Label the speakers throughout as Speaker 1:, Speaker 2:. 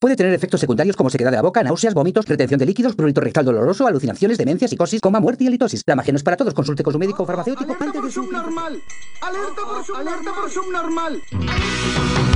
Speaker 1: Puede tener efectos secundarios como sequedad de la boca, náuseas, vómitos, retención de líquidos, prurito rectal doloroso, alucinaciones, demencia, psicosis, coma, muerte y halitosis. La magia no es para todos. Consulte con su médico o farmacéutico
Speaker 2: ¡Alerta por subnormal! ¡Alerta por subnormal! ¡Alerta por subnormal!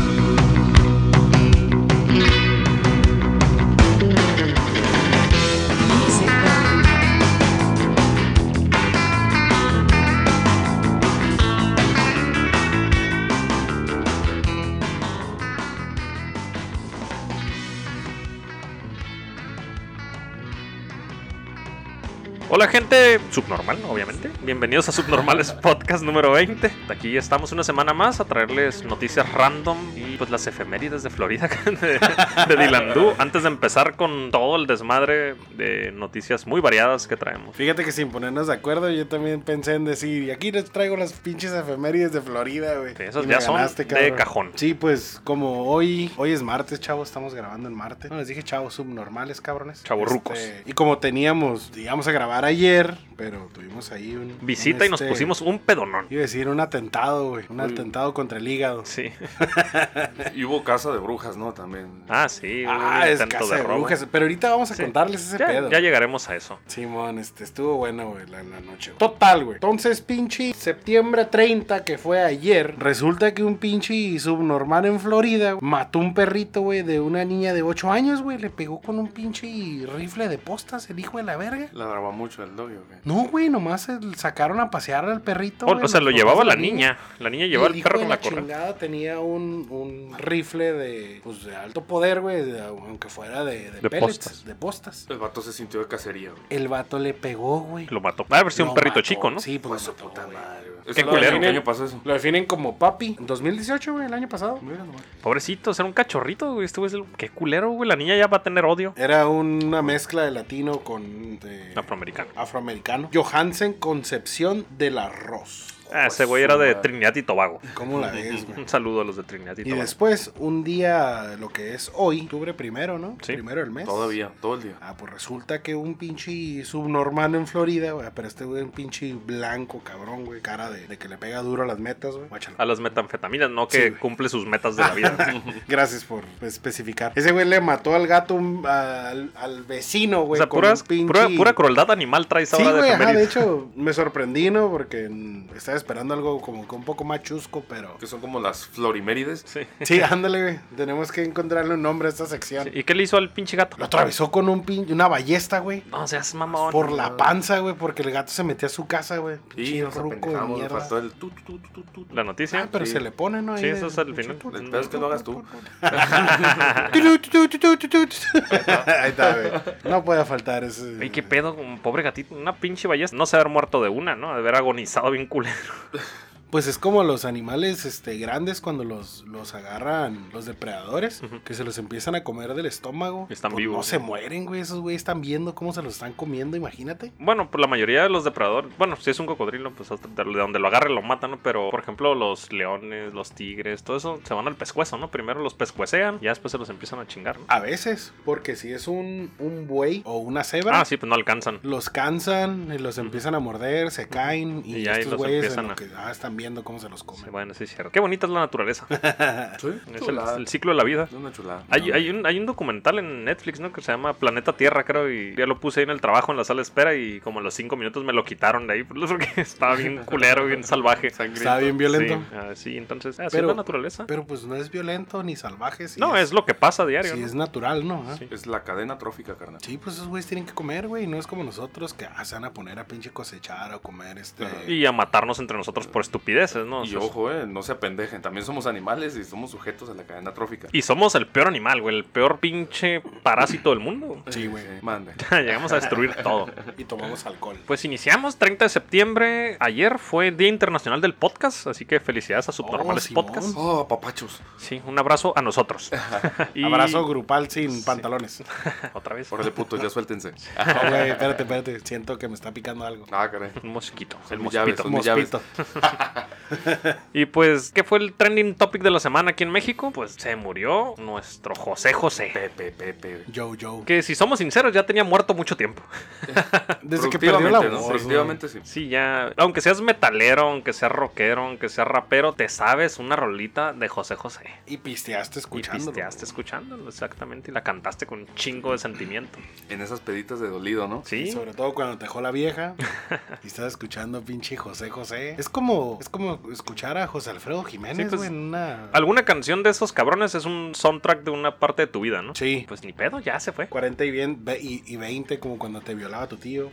Speaker 3: Hola gente, subnormal, obviamente. Bienvenidos a Subnormales Podcast número 20. Aquí estamos una semana más a traerles noticias random y pues las efemérides de Florida de, de Dilandú. Antes de empezar con todo el desmadre de noticias muy variadas que traemos.
Speaker 4: Fíjate que sin ponernos de acuerdo, yo también pensé en decir, y aquí les traigo las pinches efemérides de Florida, güey.
Speaker 3: Sí, esas
Speaker 4: Y me
Speaker 3: ya son de
Speaker 4: cabrón.
Speaker 3: cajón.
Speaker 4: Sí, pues como hoy, hoy es martes, chavos, estamos grabando en martes. No les dije chavos subnormales, cabrones.
Speaker 3: Chavorrucos.
Speaker 4: Este, y como teníamos, íbamos a grabar ayer, pero tuvimos ahí un...
Speaker 3: Visita y
Speaker 4: un,
Speaker 3: nos
Speaker 4: este,
Speaker 3: pusimos un pedonón.
Speaker 4: Iba a decir un atentado, güey. Un atentado contra el hígado.
Speaker 3: Sí.
Speaker 5: Y hubo casa de brujas, ¿no? También.
Speaker 3: Ah, sí. un
Speaker 4: Ah, es
Speaker 3: intento
Speaker 4: casa de
Speaker 3: robo.
Speaker 4: brujas. Pero ahorita vamos a
Speaker 3: Sí.
Speaker 4: contarles ese
Speaker 3: Ya-
Speaker 4: pedo.
Speaker 3: ya llegaremos a eso.
Speaker 4: Simón, este, estuvo bueno, güey, la, la noche. güey. Total, güey. Entonces, pinche septiembre 30, que fue ayer, resulta que un pinche subnormal en Florida güey, mató un perrito, güey, de una niña de 8 años, güey. Le pegó con un pinche rifle de postas, el hijo de la verga.
Speaker 5: La grabó mucho el doggy, ¿o qué?
Speaker 4: No, güey, nomás el- sacaron a pasear al perrito.
Speaker 3: O,
Speaker 4: güey,
Speaker 3: o sea, lo
Speaker 4: los papás
Speaker 3: llevaba
Speaker 4: de
Speaker 3: la niña. La niña llevaba
Speaker 4: Y el
Speaker 3: el
Speaker 4: hijo
Speaker 3: perro
Speaker 4: de
Speaker 3: con
Speaker 4: la
Speaker 3: la correa.
Speaker 4: chingada tenía un, un rifle de, pues, de alto poder, güey, de- aunque fuera de, de,
Speaker 3: De
Speaker 4: pellets,
Speaker 3: postas.
Speaker 4: de postas.
Speaker 5: El vato se sintió de cacería, güey.
Speaker 4: El vato le pegó, güey.
Speaker 3: Lo mató. Va a haber sido
Speaker 4: Lo
Speaker 3: un perrito
Speaker 4: mató.
Speaker 3: chico, ¿no?
Speaker 4: Sí, pues
Speaker 5: Pues su
Speaker 4: lo mató,
Speaker 5: puta
Speaker 4: güey.
Speaker 5: madre, güey.
Speaker 3: Qué
Speaker 5: Eso lo
Speaker 3: culero.
Speaker 5: definen- ¿Qué año pasó eso?
Speaker 4: Lo definen como papi. En 2018, güey, el año pasado.
Speaker 3: Pobrecito, era un cachorrito, güey. Este güey es el- Qué culero, güey. La niña ya va a tener odio.
Speaker 4: Era una mezcla de latino con de-
Speaker 3: Afroamericano.
Speaker 4: afroamericano. Johansen Concepción del Arroz.
Speaker 3: Ah, ese güey
Speaker 5: su
Speaker 3: era de
Speaker 5: madre.
Speaker 3: Trinidad y Tobago.
Speaker 4: ¿Cómo la ves, güey?
Speaker 3: Un saludo a los de Trinidad y
Speaker 4: Y
Speaker 3: Tobago.
Speaker 4: después, un día, lo que es hoy, octubre primero, ¿no?
Speaker 3: Sí.
Speaker 4: Primero del mes.
Speaker 5: Todavía, todo el día.
Speaker 4: Ah, pues resulta que un pinche subnormal en Florida, güey, pero este güey un pinche blanco, cabrón, güey, cara de, de que le pega duro a las metas, güey. Guáchala.
Speaker 3: A las metanfetaminas, no
Speaker 4: Sí,
Speaker 3: que
Speaker 4: güey.
Speaker 3: cumple sus metas de la vida.
Speaker 4: Gracias por especificar. Ese güey le mató al gato un- al, al vecino,
Speaker 3: o
Speaker 4: güey.
Speaker 3: sea,
Speaker 4: con
Speaker 3: puras-
Speaker 4: un pinche-
Speaker 3: pura, pura crueldad animal traes
Speaker 4: Sí,
Speaker 3: ahora de
Speaker 4: güey, ajá,
Speaker 3: efeméride.
Speaker 4: de hecho, me sorprendí, ¿no? Porque mm, estaba esperando algo como que un poco más chusco, pero...
Speaker 3: Pues,
Speaker 5: Que son como las florimérides.
Speaker 3: Sí.
Speaker 4: Sí, ándale, güey. Tenemos que encontrarle un nombre a esta sección.
Speaker 3: Sí, ¿Y qué le hizo al pinche gato?
Speaker 4: Lo atravesó con un pin... una ballesta, güey.
Speaker 3: No seas mamón.
Speaker 4: Por la panza, güey, porque el gato se metió a su casa, güey.
Speaker 5: Y
Speaker 4: Pinche
Speaker 5: nos
Speaker 4: ruco de
Speaker 5: apendejamos, nos
Speaker 4: mierda.
Speaker 5: faltó el tu, tu, tu, tu, tu, tu.
Speaker 3: La noticia.
Speaker 4: Ah, pero
Speaker 5: Sí.
Speaker 4: se le pone, ¿no? Ahí
Speaker 3: Sí,
Speaker 4: de-
Speaker 3: eso es al final.
Speaker 5: El pedo es que lo hagas tú.
Speaker 4: Ahí está, güey. No puede faltar ese.
Speaker 3: Ay, qué pedo, un pobre gatito, una pinche ballesta. No se haber muerto de una, ¿no? De haber agonizado bien culero.
Speaker 4: Pues es como los animales este, grandes cuando los, los agarran los depredadores, que se los empiezan a comer del estómago.
Speaker 3: Están
Speaker 4: Pues No
Speaker 3: vivos. ¿eh?
Speaker 4: se mueren, güey. Esos güey están viendo cómo se los están comiendo, imagínate.
Speaker 3: Bueno, pues la mayoría de los depredadores, bueno, si es un cocodrilo, pues hasta de de donde lo agarre lo matan, ¿no? Pero, por ejemplo, los leones, los tigres, todo eso se van al pescuezo, ¿no? Primero los pescuecean y ya después se los empiezan a chingar, ¿no?
Speaker 4: A veces, porque si es un, un buey o una cebra,
Speaker 3: Ah, sí, pues no alcanzan.
Speaker 4: los cansan, y los empiezan a morder, se caen y,
Speaker 3: Y ya ahí
Speaker 4: estos
Speaker 3: los
Speaker 4: güeyes en
Speaker 3: empiezan
Speaker 4: lo
Speaker 3: a-
Speaker 4: que- ah, están viendo cómo se los comen.
Speaker 3: Sí, bueno, sí es cierto. Qué bonita es la naturaleza.
Speaker 5: Sí,
Speaker 3: es el,
Speaker 5: chulada.
Speaker 3: el ciclo de la vida.
Speaker 5: Es una chulada.
Speaker 3: Hay, hay un, hay un documental en Netflix, ¿no? Que se llama Planeta Tierra, creo, y ya lo puse ahí en el trabajo, en la sala de espera, y como a los cinco minutos me lo quitaron de ahí, pues, porque estaba bien culero, bien salvaje.
Speaker 4: Está bien violento.
Speaker 3: Sí, ah, sí, entonces, así
Speaker 4: Pero-
Speaker 3: es la naturaleza.
Speaker 4: Pero pues no es violento ni salvaje. Si
Speaker 3: no, es, lo que pasa a diario.
Speaker 4: si
Speaker 3: ¿no?
Speaker 4: es natural, ¿no? Ah.
Speaker 3: Sí.
Speaker 4: Sí.
Speaker 5: Es la cadena trófica, carnal.
Speaker 4: pues esos güeyes tienen que comer, güey. No es como nosotros que ah, se van a poner a pinche cosechar o comer este.
Speaker 3: Y a matarnos entre nosotros por estupideces, ¿no? O
Speaker 5: Y
Speaker 3: sea,
Speaker 5: ojo, eh, no se apendejen. También somos animales y somos sujetos a la cadena trófica.
Speaker 3: y somos el peor animal, güey, el peor pinche parásito del mundo.
Speaker 4: Sí, güey.
Speaker 5: Mande.
Speaker 3: Llegamos a destruir todo.
Speaker 4: Y tomamos alcohol.
Speaker 3: Pues iniciamos 30 de septiembre. Ayer fue Día Internacional del Podcast, así que felicidades a Subnormales
Speaker 4: Oh, Simón.
Speaker 3: Podcast.
Speaker 5: Oh, papachos.
Speaker 3: Sí, un abrazo a nosotros. Y-
Speaker 4: Abrazo grupal sin pantalones.
Speaker 3: Otra vez.
Speaker 5: Órale, putos, ya suéltense.
Speaker 4: No, güey, espérate, espérate. Siento que me está picando algo.
Speaker 5: Ah, caray.
Speaker 3: Un mosquito.
Speaker 5: Son
Speaker 3: El
Speaker 5: mis llaves,
Speaker 3: mosquito.
Speaker 5: son mis llaves.
Speaker 4: Mosquito.
Speaker 3: Y pues, ¿qué fue el trending topic de la semana aquí en México? Pues se murió nuestro José José.
Speaker 5: Pepe, Pepe.
Speaker 4: Joe, Joe.
Speaker 3: Que si somos sinceros, ya tenía muerto mucho tiempo.
Speaker 4: Desde que perdió la
Speaker 5: Productivamente, ¿no?
Speaker 4: voz. güey.
Speaker 5: Productivamente sí.
Speaker 3: Sí, ya. Aunque seas metalero, aunque seas rockero, aunque seas rapero, te sabes una rolita de José José.
Speaker 4: Y pisteaste escuchándolo.
Speaker 3: Y pisteaste escuchándolo, exactamente. Y la cantaste con un chingo de sentimiento.
Speaker 5: En esas peditas de dolido, ¿no?
Speaker 4: Y
Speaker 3: Sí.
Speaker 4: Sobre todo cuando te dejó la vieja y estás escuchando pinche José José. Es como, es como escuchar a José Alfredo Jiménez,
Speaker 3: Sí, pues,
Speaker 4: güey, en una...
Speaker 3: Alguna canción de esos cabrones es un soundtrack de una parte de tu vida, ¿no?
Speaker 4: Sí.
Speaker 3: Pues ni pedo, ya se fue.
Speaker 4: 40 y, bien, ve- y, y 20 como cuando te violaba tu tío.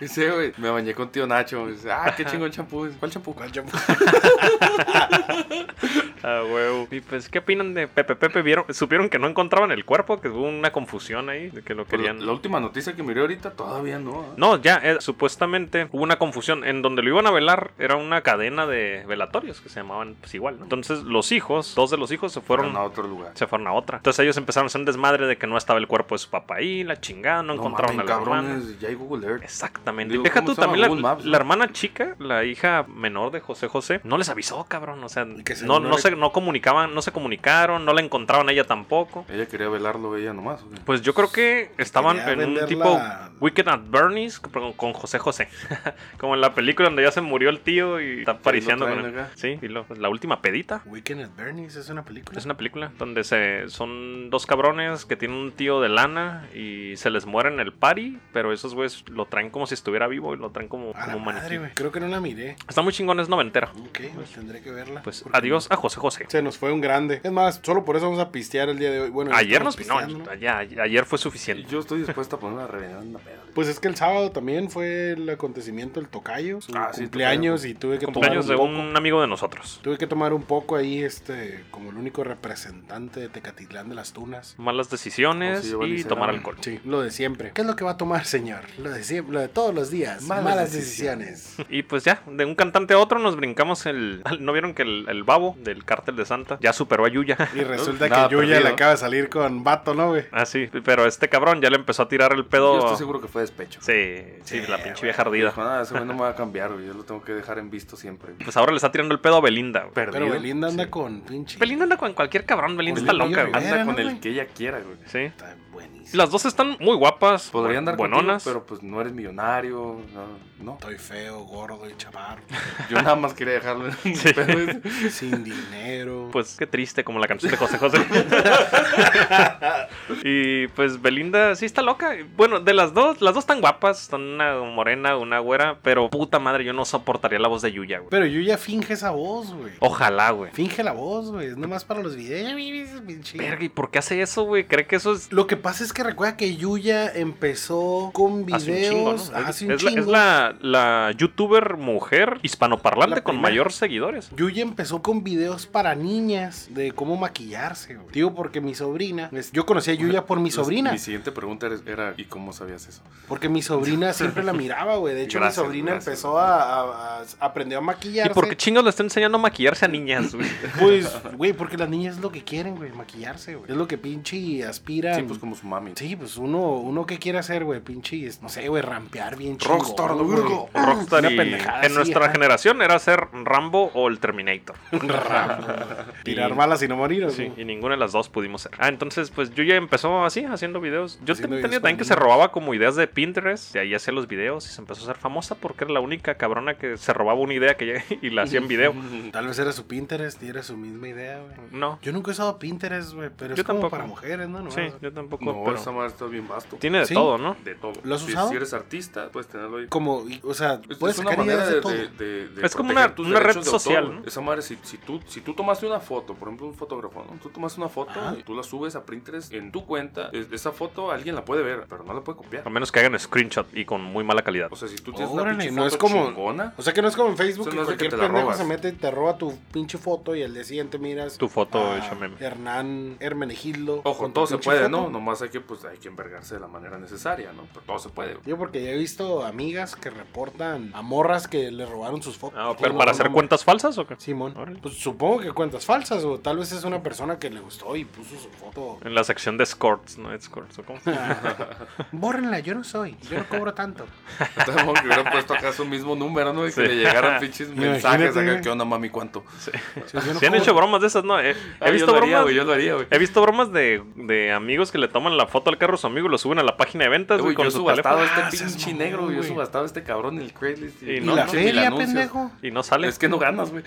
Speaker 5: Dice, güey, me bañé con tío Nacho. Dice, ah, qué chingón champú. ¿Cuál champú?
Speaker 4: ¿Cuál chamo?
Speaker 3: Ah, huevo. Y pues, ¿qué opinan de Pepe Pepe? ¿Vieron? ¿Supieron que no encontraban el cuerpo? Que hubo una confusión ahí, de que lo
Speaker 5: Pero
Speaker 3: querían...
Speaker 5: Pues, La última noticia que miré ahorita todavía no. ¿ah?
Speaker 3: No, ya, eh, supuestamente hubo una confusión. En donde lo iban a velar era una cadena de velatorios que se llamaban pues igual, ¿no? Entonces los hijos, dos de los hijos se fueron...
Speaker 5: Fueron a otro lugar.
Speaker 3: Se fueron a otra. Entonces ellos empezaron a hacer un desmadre de que no estaba el cuerpo de su papá ahí, la chingada, no, encontraron
Speaker 5: mamen,
Speaker 3: a la hermana.
Speaker 5: cabrones, ya hay Google Earth.
Speaker 3: Exactamente.
Speaker 5: Digo,
Speaker 3: Deja
Speaker 5: ¿cómo
Speaker 3: tú
Speaker 5: se llama?
Speaker 3: también la,
Speaker 5: Google Maps,
Speaker 3: la
Speaker 5: ¿no?
Speaker 3: hermana chica, la hija menor de José José, no les avisó, cabrón. O sea,
Speaker 4: que se-
Speaker 3: no,
Speaker 4: no
Speaker 3: no,
Speaker 4: le-
Speaker 3: se, no comunicaban, no se comunicaron, no la encontraban a ella tampoco.
Speaker 5: Ella quería velarlo ella nomás. güey.
Speaker 3: Pues yo creo que estaban
Speaker 4: Quería
Speaker 3: en un
Speaker 4: venderla.
Speaker 3: tipo Weekend at Bernie's con, con José José. Como en la película donde ya se murió el tío y está apareciendo
Speaker 5: traen
Speaker 3: con él.
Speaker 5: acá.
Speaker 3: Sí, y lo- pues, la última pedita.
Speaker 4: Weekend at Bernie's es una película.
Speaker 3: Es una película donde se son dos cabrones que tienen un tío de lana y se les muere en el party, pero esos güeyes lo traen como si estuviera vivo y lo traen como,
Speaker 4: A la
Speaker 3: como maniquí.
Speaker 4: madre, güey. Creo que no la miré.
Speaker 3: Está muy chingón, es noventera.
Speaker 4: Ok, pues tendré que verla.
Speaker 3: Pues
Speaker 4: porque
Speaker 3: adiós a José José.
Speaker 4: Se nos fue un grande. Es más, solo por eso vamos a pistear el día de hoy. Bueno, ya
Speaker 3: Ayer
Speaker 4: estamos
Speaker 3: nos vino,
Speaker 4: pisteando, ¿no?
Speaker 3: ya- ayer fue
Speaker 5: Y
Speaker 3: suficiente.
Speaker 5: Yo estoy dispuesta a poner una reverenda peda. güey.
Speaker 4: Pues es que el sábado también fue el acontecimiento del tocayo, su
Speaker 5: Ah, sí,
Speaker 4: cumpleaños
Speaker 5: tocayo.
Speaker 4: y tuve que
Speaker 3: Cumpleaños de
Speaker 4: tomar un poco.
Speaker 3: un amigo de nosotros.
Speaker 4: Tuve que tomar un poco ahí, este, como el único representante de Tecatitlán de las Tunas.
Speaker 3: Malas decisiones
Speaker 5: Oh, sí, Giovanni
Speaker 3: y
Speaker 5: será-
Speaker 3: tomar alcohol.
Speaker 4: Sí, lo de siempre. ¿Qué es lo que va a tomar, señor? Lo de siempre, lo de todos los días. Malas,
Speaker 5: Malas
Speaker 4: decisiones.
Speaker 5: decisiones.
Speaker 3: Y pues ya, de un cantante a otro nos brincamos el... ¿No vieron que el, el babo del cártel de Santa ya superó a Yuya?
Speaker 4: Y resulta
Speaker 5: Nada
Speaker 4: que Yuya le
Speaker 5: perdido.
Speaker 4: acaba de salir con vato, ¿no, güey?
Speaker 3: Ah, sí, pero este cabrón ya le empezó a tirar el
Speaker 5: Yo
Speaker 3: pedo...
Speaker 5: estoy seguro que fue despecho.
Speaker 3: Sí, sí,
Speaker 4: Sí,
Speaker 3: la pinche vieja ardida.
Speaker 5: Dijo, nada, ese güey no me va a cambiar, güey. Yo lo tengo que dejar en visto siempre. güey".
Speaker 3: Pues ahora le está tirando el pedo a Belinda. güey.
Speaker 5: Perdido.
Speaker 4: Pero Belinda anda
Speaker 5: Sí.
Speaker 4: con pinche.
Speaker 3: Belinda anda con cualquier cabrón, Belinda está
Speaker 5: Belinda
Speaker 3: loca,
Speaker 4: Rivera,
Speaker 3: güey.
Speaker 5: Anda
Speaker 4: ¿no,
Speaker 5: con
Speaker 4: güey?
Speaker 5: el que ella quiera, güey.
Speaker 3: Sí.
Speaker 4: Está buenísima.
Speaker 3: Las dos están muy guapas,
Speaker 5: Podría andar
Speaker 3: buenonas.
Speaker 5: contigo, pero pues no eres millonario. No. no.
Speaker 4: Estoy feo, gordo y chaparro.
Speaker 5: Yo nada más quería dejarlo en un
Speaker 3: Sí.
Speaker 5: pedo ese.
Speaker 4: sin dinero.
Speaker 3: Pues qué triste, como la canción de José José. y pues Belinda sí está loca. Bueno, de las dos, las dos están guapas. Están una morena, una güera. Pero puta madre, yo no soportaría la voz de Yuya, güey.
Speaker 4: Pero Yuya finge esa voz, güey.
Speaker 3: Ojalá, güey.
Speaker 4: Finge la voz, güey. Es nomás para los videos. pinche.
Speaker 3: Verga, ¿y por qué hace eso, güey? ¿Cree que eso es
Speaker 4: Lo que pasa es que recuerda que Yuya empezó con
Speaker 3: Hace un chingo,
Speaker 4: videos
Speaker 3: ¿no?
Speaker 4: hace un
Speaker 3: es, la-
Speaker 4: chingo.
Speaker 3: es la, la youtuber mujer hispanoparlante
Speaker 4: La
Speaker 3: con
Speaker 4: primera.
Speaker 3: mayor seguidores.
Speaker 4: Yuya empezó con videos para niñas de cómo maquillarse, güey. Digo, porque mi sobrina. pues, Yo conocí a Yuya por mi
Speaker 3: pues,
Speaker 4: sobrina.
Speaker 5: Mi siguiente pregunta era- era, ¿y cómo sabías eso?
Speaker 4: Porque mi sobrina siempre la miraba, güey. De hecho,
Speaker 5: Gracias,
Speaker 4: mi sobrina
Speaker 5: gracias.
Speaker 4: empezó a, a- a- aprendió a
Speaker 3: ¿Y
Speaker 4: maquillarse.
Speaker 3: por qué chingos le está enseñando a maquillarse a niñas, güey?
Speaker 4: Pues, güey, porque las niñas es lo que quieren, güey, maquillarse, güey. Es lo que pinche aspiran.
Speaker 5: Sí, pues como su mami.
Speaker 4: Sí, pues uno, uno que quiere hacer, güey, pinche, es- no sé, güey, rampear bien chido. Ah,
Speaker 5: Rockstar, Durgo.
Speaker 3: Rockstar
Speaker 4: Una
Speaker 3: y-
Speaker 4: pendejada
Speaker 3: en
Speaker 4: así,
Speaker 3: nuestra
Speaker 4: ajá.
Speaker 3: generación era ser Rambo o el Terminator.
Speaker 4: Tirar balas y no morir, ¿o
Speaker 3: Sí,
Speaker 4: no?
Speaker 3: y ninguna de las dos pudimos ser. Ah, entonces, pues yo ya empezó así, haciendo videos. Yo ten-
Speaker 4: Haciendo
Speaker 3: tenía
Speaker 4: videos para
Speaker 3: también que
Speaker 4: niños.
Speaker 3: se robaba como ideas de Pinterest, y ahí hacía los videos y se empezó a ser famosa porque era la única cabrona que se robaba una idea que ya- y la hacía en video.
Speaker 4: Tal vez era su Pinterest y era su misma idea, güey.
Speaker 3: No,
Speaker 4: Yo nunca he usado Pinterest, güey, pero es
Speaker 3: Yo
Speaker 4: como
Speaker 3: tampoco.
Speaker 4: para mujeres, ¿no? No,
Speaker 3: sí,
Speaker 4: no.
Speaker 3: yo tampoco.
Speaker 5: No,
Speaker 3: pero
Speaker 5: esa madre está bien vasto.
Speaker 3: tiene de
Speaker 4: Sí.
Speaker 3: todo, ¿no?
Speaker 5: de todo.
Speaker 4: ¿Lo has
Speaker 5: Si-
Speaker 4: usado?
Speaker 5: Si eres artista, puedes tenerlo ahí.
Speaker 4: Como, y- o sea,
Speaker 5: Es-
Speaker 4: puedes
Speaker 5: es una
Speaker 4: sacar
Speaker 5: manera
Speaker 4: ideas de,
Speaker 5: de,
Speaker 4: todo.
Speaker 5: de- de
Speaker 3: Es como
Speaker 5: proteger
Speaker 3: una-
Speaker 5: tus
Speaker 3: una red
Speaker 5: derechos de autor,
Speaker 3: social,
Speaker 5: güey.
Speaker 3: ¿no?
Speaker 5: Esa madre, si, si tú, si tú tomaste una foto, por ejemplo, un fotógrafo, ¿no? Tú tomaste una foto
Speaker 4: Ajá.
Speaker 5: y tú la subes a Pinterest en tu cuenta. es- esa foto alguien la puede ver, pero no la puede copiar.
Speaker 3: A menos que hagan screenshot y con muy mala calidad.
Speaker 5: O sea, si tú tienes
Speaker 4: Órale,
Speaker 5: una pinche
Speaker 4: no
Speaker 5: foto
Speaker 4: es como-
Speaker 5: chingona,
Speaker 4: O sea, que no es como en Facebook
Speaker 5: Eso
Speaker 4: que
Speaker 5: no es de que
Speaker 4: cualquier
Speaker 5: te la
Speaker 4: pendejo
Speaker 5: robas.
Speaker 4: se mete y te roba tu pinche foto y al día siguiente miras
Speaker 3: Tu foto H&M.
Speaker 4: a
Speaker 3: hecha meme.
Speaker 4: Hernán Hermenegildo.
Speaker 5: ojo,
Speaker 4: con tu
Speaker 5: todo se
Speaker 4: pinche
Speaker 5: puede,
Speaker 4: foto.
Speaker 5: ¿no? Nomás hay que, pues, hay que envergarse de la manera necesaria, ¿no? Pero todo se puede. güey.
Speaker 4: Yo porque ya he visto amigas que reportan a morras que le robaron sus fotos.
Speaker 3: Ah,
Speaker 4: Sí,
Speaker 3: pero
Speaker 4: no,
Speaker 3: para
Speaker 4: no,
Speaker 3: hacer
Speaker 4: no,
Speaker 3: cuentas falsas o qué?
Speaker 4: Simón.
Speaker 3: Órale.
Speaker 4: Pues supongo supongo que cuentas falsas, o tal vez es una persona que le gustó y puso su foto.
Speaker 3: En la sección de escorts, ¿no? Escorts, ¿o cómo?
Speaker 4: Bórrenla, yo no soy, yo no cobro tanto.
Speaker 5: Supongo que hubieran puesto acá su mismo número, ¿no? Y que
Speaker 3: Sí.
Speaker 5: le llegaran pinches
Speaker 4: Imagínate,
Speaker 5: mensajes acá.
Speaker 4: güey.
Speaker 5: ¿Qué onda, mami? ¿Cuánto?
Speaker 4: Sí, yo no
Speaker 3: Se han
Speaker 4: cobro.
Speaker 3: hecho bromas de esas, ¿no? Eh, He, he
Speaker 5: Ah,
Speaker 3: visto
Speaker 5: yo lo
Speaker 3: bromas.
Speaker 5: haría, güey. Yo lo haría, güey.
Speaker 3: He visto bromas de, de amigos que le toman la foto al carro a su amigo y lo suben a la página de ventas,
Speaker 5: Eh,
Speaker 3: güey,
Speaker 5: güey,
Speaker 3: con
Speaker 5: yo
Speaker 3: su
Speaker 5: subastaba a
Speaker 3: teléfono.
Speaker 5: este
Speaker 4: Ah, seas
Speaker 5: pinche
Speaker 4: mamón,
Speaker 5: negro, güey. Yo
Speaker 4: güey.
Speaker 5: subastaba a este cabrón en el Craigslist.
Speaker 3: Y
Speaker 4: ¿Y
Speaker 3: no,
Speaker 4: la
Speaker 3: no,
Speaker 5: pinche mil
Speaker 4: feria,
Speaker 5: anuncios.
Speaker 4: pendejo?
Speaker 3: Y no sale,
Speaker 5: Es que no ganas, güey.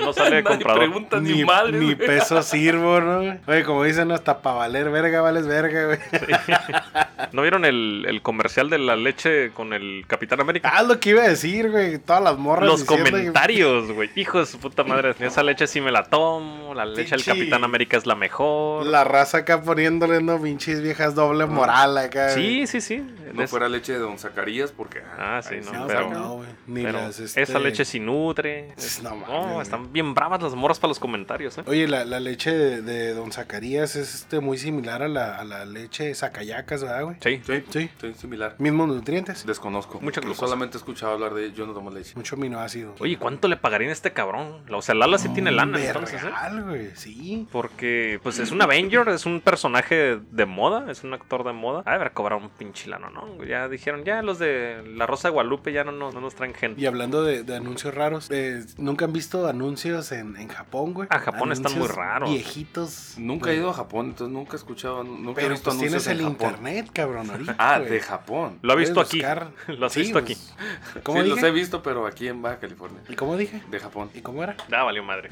Speaker 3: no sale de
Speaker 5: Nadie
Speaker 3: comprador.
Speaker 5: pregunta ni, madre,
Speaker 4: ni
Speaker 5: güey.
Speaker 4: peso sirvo, ¿no? Oye, como dicen, hasta para valer verga, vales verga, güey.
Speaker 3: ¿No vieron el, el comercial de la leche con el Capitán América?
Speaker 4: Ah, lo que iba a decir, güey. Todas las morras.
Speaker 3: Los
Speaker 4: diciendo que-
Speaker 3: comentarios, güey. Hijo de su puta madre. Esa leche sí me la tomo. La leche del
Speaker 4: Pinche-
Speaker 3: Capitán América es la mejor.
Speaker 4: La raza acá poniéndole, no, pinches viejas doble moral acá.
Speaker 3: Sí,
Speaker 4: güey.
Speaker 3: sí, sí.
Speaker 5: No
Speaker 3: Es-
Speaker 5: fuera leche de Don Zacarías porque...
Speaker 3: Ah, sí,
Speaker 5: ahí
Speaker 3: no,
Speaker 4: No,
Speaker 3: pero-
Speaker 4: no, güey. Ni
Speaker 3: pero
Speaker 4: las, este,
Speaker 3: Esa leche sí nutre.
Speaker 4: Es- no
Speaker 3: No,
Speaker 4: mames, güey.
Speaker 3: están bien bravas las morras para los comentarios, ¿eh?
Speaker 4: Oye, la, la leche de, de Don Zacarías es este, muy similar a la, a la leche de Zacayacas, ¿verdad, güey?
Speaker 3: Sí.
Speaker 5: Sí,
Speaker 4: Sí.
Speaker 5: sí, similar.
Speaker 4: Mismos nutrientes.
Speaker 5: Desconozco.
Speaker 3: Mucha
Speaker 5: Yo
Speaker 3: glucosa.
Speaker 5: Solamente he escuchado hablar de yo no tomo leche.
Speaker 4: Mucho aminoácido.
Speaker 3: Oye, ¿cuánto le pagarían a este cabrón? O sea, Lala sí tiene lana,
Speaker 4: Vergal,
Speaker 3: entonces, ¿eh?
Speaker 4: güey, sí.
Speaker 3: Porque, pues, es un Avenger, es un personaje de moda, es un actor de moda. Ha de haber cobrado un pinche lano, ¿no? Ya dijeron, ya los de La Rosa de Guadalupe ya no nos, no nos traen gente.
Speaker 4: Y hablando de, de anuncios raros, eh, ¿nunca han visto anuncios en, en Japón, güey?
Speaker 3: Ah, Japón están muy
Speaker 4: Anuncios
Speaker 3: raros.
Speaker 4: Viejitos.
Speaker 5: Nunca he ido a Japón, entonces nunca he escuchado, nunca he
Speaker 4: Pero
Speaker 5: visto
Speaker 4: pues
Speaker 5: anuncios
Speaker 4: tienes el
Speaker 5: en Japón.
Speaker 4: internet, cabrón, ahorita.
Speaker 5: Ah,
Speaker 4: güey.
Speaker 5: de Japón.
Speaker 3: Lo ha visto
Speaker 4: Puedes
Speaker 3: aquí.
Speaker 4: buscar.
Speaker 3: Lo has
Speaker 4: Sí,
Speaker 3: visto aquí.
Speaker 4: pues, ¿Cómo
Speaker 5: sí, los he
Speaker 4: dije?
Speaker 5: visto, pero aquí en Baja California.
Speaker 4: ¿Y cómo dije?
Speaker 5: De Japón.
Speaker 4: ¿Y cómo era?
Speaker 3: Ya valió madre.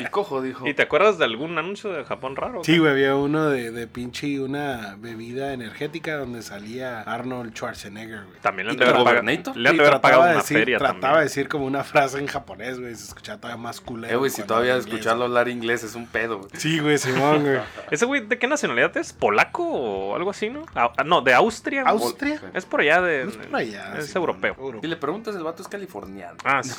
Speaker 5: Y cojo, dijo. "Eh,
Speaker 3: ¿Y te acuerdas de algún anuncio de Japón raro?
Speaker 4: Sí, güey, había uno de, de pinche una bebida energética donde salía Arnold Schwarzenegger, güey.
Speaker 3: También le han
Speaker 5: ¿Y
Speaker 3: de haber pagado,
Speaker 5: Gobernator?
Speaker 3: le han
Speaker 4: Y
Speaker 3: de haber
Speaker 4: trataba
Speaker 3: pagado
Speaker 4: de
Speaker 3: una
Speaker 4: decir-
Speaker 3: feria
Speaker 4: Trataba
Speaker 3: también.
Speaker 4: de decir como una frase en japonés, güey, se escuchaba todavía más culero.
Speaker 5: Eh, güey, si
Speaker 4: cuando
Speaker 5: todavía
Speaker 4: en inglés,
Speaker 5: escucharlo hablar inglés es un pedo, güey.
Speaker 4: güey. Sí, güey, Simón, güey.
Speaker 3: ¿Ese güey de qué nacionalidad es? ¿Polaco o algo así, no? Ah, ah, no, de Austria. güey.
Speaker 4: ¿Austria?
Speaker 3: Es por allá de...
Speaker 4: Es por allá,
Speaker 3: es
Speaker 4: Simón,
Speaker 3: europeo.
Speaker 5: Y le preguntas, el vato es californiano.
Speaker 3: Ah, sí.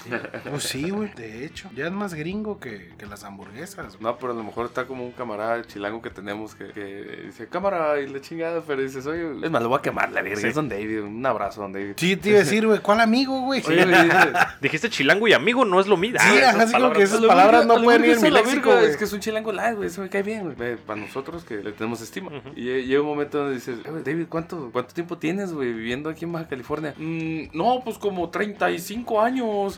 Speaker 4: Pues sí, güey, de hecho. Ya es más gringo que, que las hamburguesas, güey.
Speaker 5: No, pero a lo mejor está como un camarada chilango que tenemos que, que dice, cámara, y la chingada, pero dices, oye, es más, lo voy a quemar, la verga.
Speaker 3: Sí.
Speaker 5: Es Don David, un abrazo, Don David.
Speaker 4: Sí, te iba a decir, güey, ¿cuál amigo, güey?
Speaker 5: Oye, güey, dices,
Speaker 3: Dijiste chilango y amigo, no es lo mío.
Speaker 4: Sí,
Speaker 3: esas
Speaker 4: ajá, así como
Speaker 3: palabras.
Speaker 4: que esas
Speaker 5: A lo
Speaker 4: palabras
Speaker 5: mejor- a
Speaker 4: no
Speaker 5: lo
Speaker 4: pueden
Speaker 5: mejor
Speaker 4: ir en mi
Speaker 5: es a la
Speaker 4: léxico,
Speaker 5: verga,
Speaker 4: güey.
Speaker 5: Es que es un chilango light, güey. Eso me cae bien, güey. Ve, Eh, Para nosotros que le tenemos estima.
Speaker 3: Ujú.
Speaker 5: Y eh, llega un momento donde dices, "Eh, güey, David, ¿cuánto, ¿cuánto tiempo tienes, güey, viviendo aquí en Baja California? "Mm, no, pues como 35 años.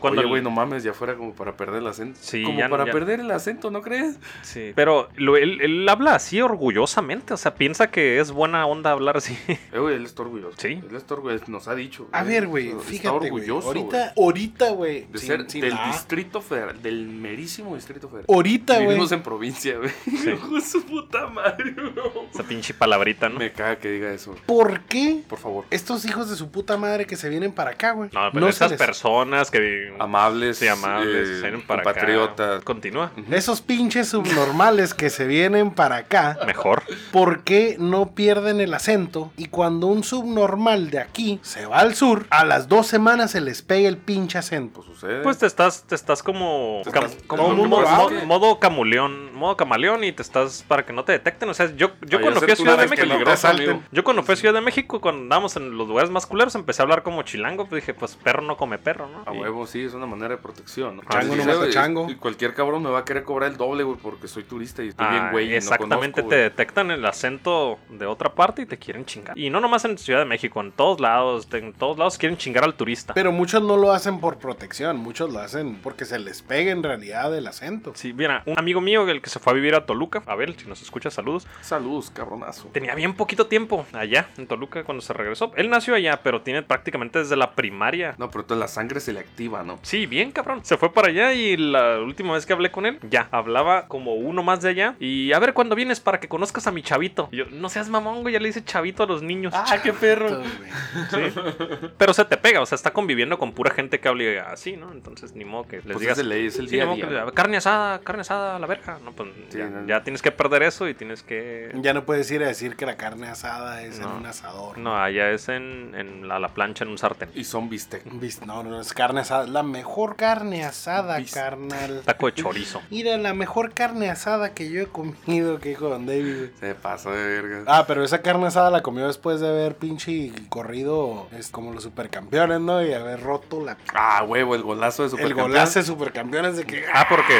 Speaker 3: Cuando
Speaker 5: Cuando,
Speaker 3: el-
Speaker 5: güey, no mames, ya fuera como para perder el acento.
Speaker 3: Sí,
Speaker 5: como
Speaker 3: ya no-
Speaker 5: para
Speaker 3: ya-
Speaker 5: perder el acento, ¿no crees?
Speaker 3: Sí, pero lo- él, él habla así orgullosamente, o sea, piensa que es buena onda hablar así.
Speaker 5: Eh, güey, él está orgulloso.
Speaker 3: Sí.
Speaker 5: Él está orgulloso, nos ha dicho.
Speaker 4: A ver, güey,
Speaker 5: Está
Speaker 4: fíjate, güey.
Speaker 5: orgulloso,
Speaker 4: Ahorita, ahorita, güey.
Speaker 5: De
Speaker 4: sin-
Speaker 5: ser
Speaker 4: sin
Speaker 5: del
Speaker 4: la A.
Speaker 5: Distrito Federal, del merísimo Distrito Federal.
Speaker 4: Ahorita, güey.
Speaker 5: Vivimos en provincia, güey. Hijo de su puta madre, bro.
Speaker 3: Esa pinche palabrita, ¿no? Eh,
Speaker 5: Me caga que diga eso.
Speaker 4: ¿Por qué
Speaker 5: Por favor.
Speaker 4: estos hijos de su puta madre que se vienen para acá, güey?
Speaker 3: No, pero
Speaker 4: se
Speaker 3: esas
Speaker 4: les-
Speaker 3: personas que
Speaker 5: Amables.
Speaker 3: sí, amables,
Speaker 5: eh,
Speaker 3: salen para acá.
Speaker 5: compatriotas.
Speaker 3: Continúa.
Speaker 4: Esos pinches subnormales que se vienen para acá,
Speaker 3: Mejor.
Speaker 4: ¿por qué no pierden el acento? Y cuando un subnormal de aquí se va al sur, a las dos semanas se les pega el pinche acento.
Speaker 5: Pues sucede.
Speaker 3: Pues te estás, te estás como,
Speaker 5: Te
Speaker 3: cam-
Speaker 5: estás-
Speaker 3: como
Speaker 5: todo el mundo
Speaker 3: mo-
Speaker 5: va,
Speaker 3: mo-
Speaker 5: güey.
Speaker 3: modo camuleón, modo camaleón y te estás para que no te detecten. O sea, yo, yo
Speaker 5: Ahí
Speaker 3: cuando
Speaker 5: hacer
Speaker 3: fui a
Speaker 5: tu
Speaker 3: Ciudad de
Speaker 5: lado es
Speaker 3: México,
Speaker 5: peligroso,
Speaker 4: Asalten.
Speaker 5: amigo.
Speaker 3: yo cuando fui a Ciudad de México, cuando andábamos en los lugares más culeros, empecé a hablar como chilango, pues dije, pues perro no come perro, ¿no?
Speaker 5: A
Speaker 3: Y-
Speaker 5: huevo, sí, es una manera de protección. ¿no?
Speaker 3: Chango
Speaker 5: Sí,
Speaker 3: no
Speaker 5: sí,
Speaker 4: mata
Speaker 5: güey,
Speaker 4: chango.
Speaker 5: Y cualquier cabrón me va a querer cobrar el doble, güey, porque soy turista y estoy
Speaker 3: Ah,
Speaker 5: bien, güey. y
Speaker 3: exactamente,
Speaker 5: no
Speaker 3: te
Speaker 5: conozco,
Speaker 3: detectan el acento de otra parte y te quieren chingar. Y no nomás en Ciudad de México, en todos lados, te- en todos lados quieren chingar al turista.
Speaker 4: Pero muchos no lo hacen por protección, muchos lo hacen porque se les pega en realidad el acento.
Speaker 3: Sí, mira, un amigo mío, el que se fue a vivir a Toluca, Abel, si nos escucha, saludos.
Speaker 5: güey. Saludos, cabronazo.
Speaker 3: Tenía bien poquito tiempo allá, en Toluca, cuando se regresó. Él nació allá, pero tiene prácticamente desde la primaria.
Speaker 5: No, pero entonces la sangre se le activa, ¿no?
Speaker 3: Sí, bien cabrón. Se fue para allá y la última vez que hablé con él, ya, hablaba como uno más de allá. Y a ver cuándo vienes para que conozcas a mi chavito. Y yo, no seas mamón, güey, ya le dice chavito a los niños.
Speaker 5: Ah, qué perro.
Speaker 3: Pero se te pega, o sea, está conviviendo con pura gente que hable así, ¿no? Entonces, ni modo que les
Speaker 5: Pues
Speaker 3: digas.
Speaker 5: es de ley, es el
Speaker 3: Sí, ni
Speaker 5: día a
Speaker 3: modo que
Speaker 5: día.
Speaker 3: le- carne asada, carne asada a la verga. No, Pues,
Speaker 5: Sí,
Speaker 3: ya,
Speaker 5: no, no.
Speaker 3: ya tienes que perder eso y tienes que.
Speaker 4: Ya no puedes ir a decir que la carne asada es
Speaker 3: No.
Speaker 4: en un asador.
Speaker 3: No, allá es en, en la, la plancha, en un sartén.
Speaker 5: Y son bistec.
Speaker 4: Vis- No, no, es carne asada. La mejor carne asada,
Speaker 5: Vis-
Speaker 4: carnal.
Speaker 3: Taco de chorizo.
Speaker 4: Mira, la mejor carne asada que yo he comido que con David.
Speaker 5: Se pasó de verga.
Speaker 4: Ah, pero esa carne asada la comió después de haber pinche corrido es como los supercampeones, ¿no? Y haber roto la...
Speaker 5: Ah, huevo, el golazo de
Speaker 4: El
Speaker 5: Supercampeones.
Speaker 4: golazo de supercampeones de que...
Speaker 3: Ah, porque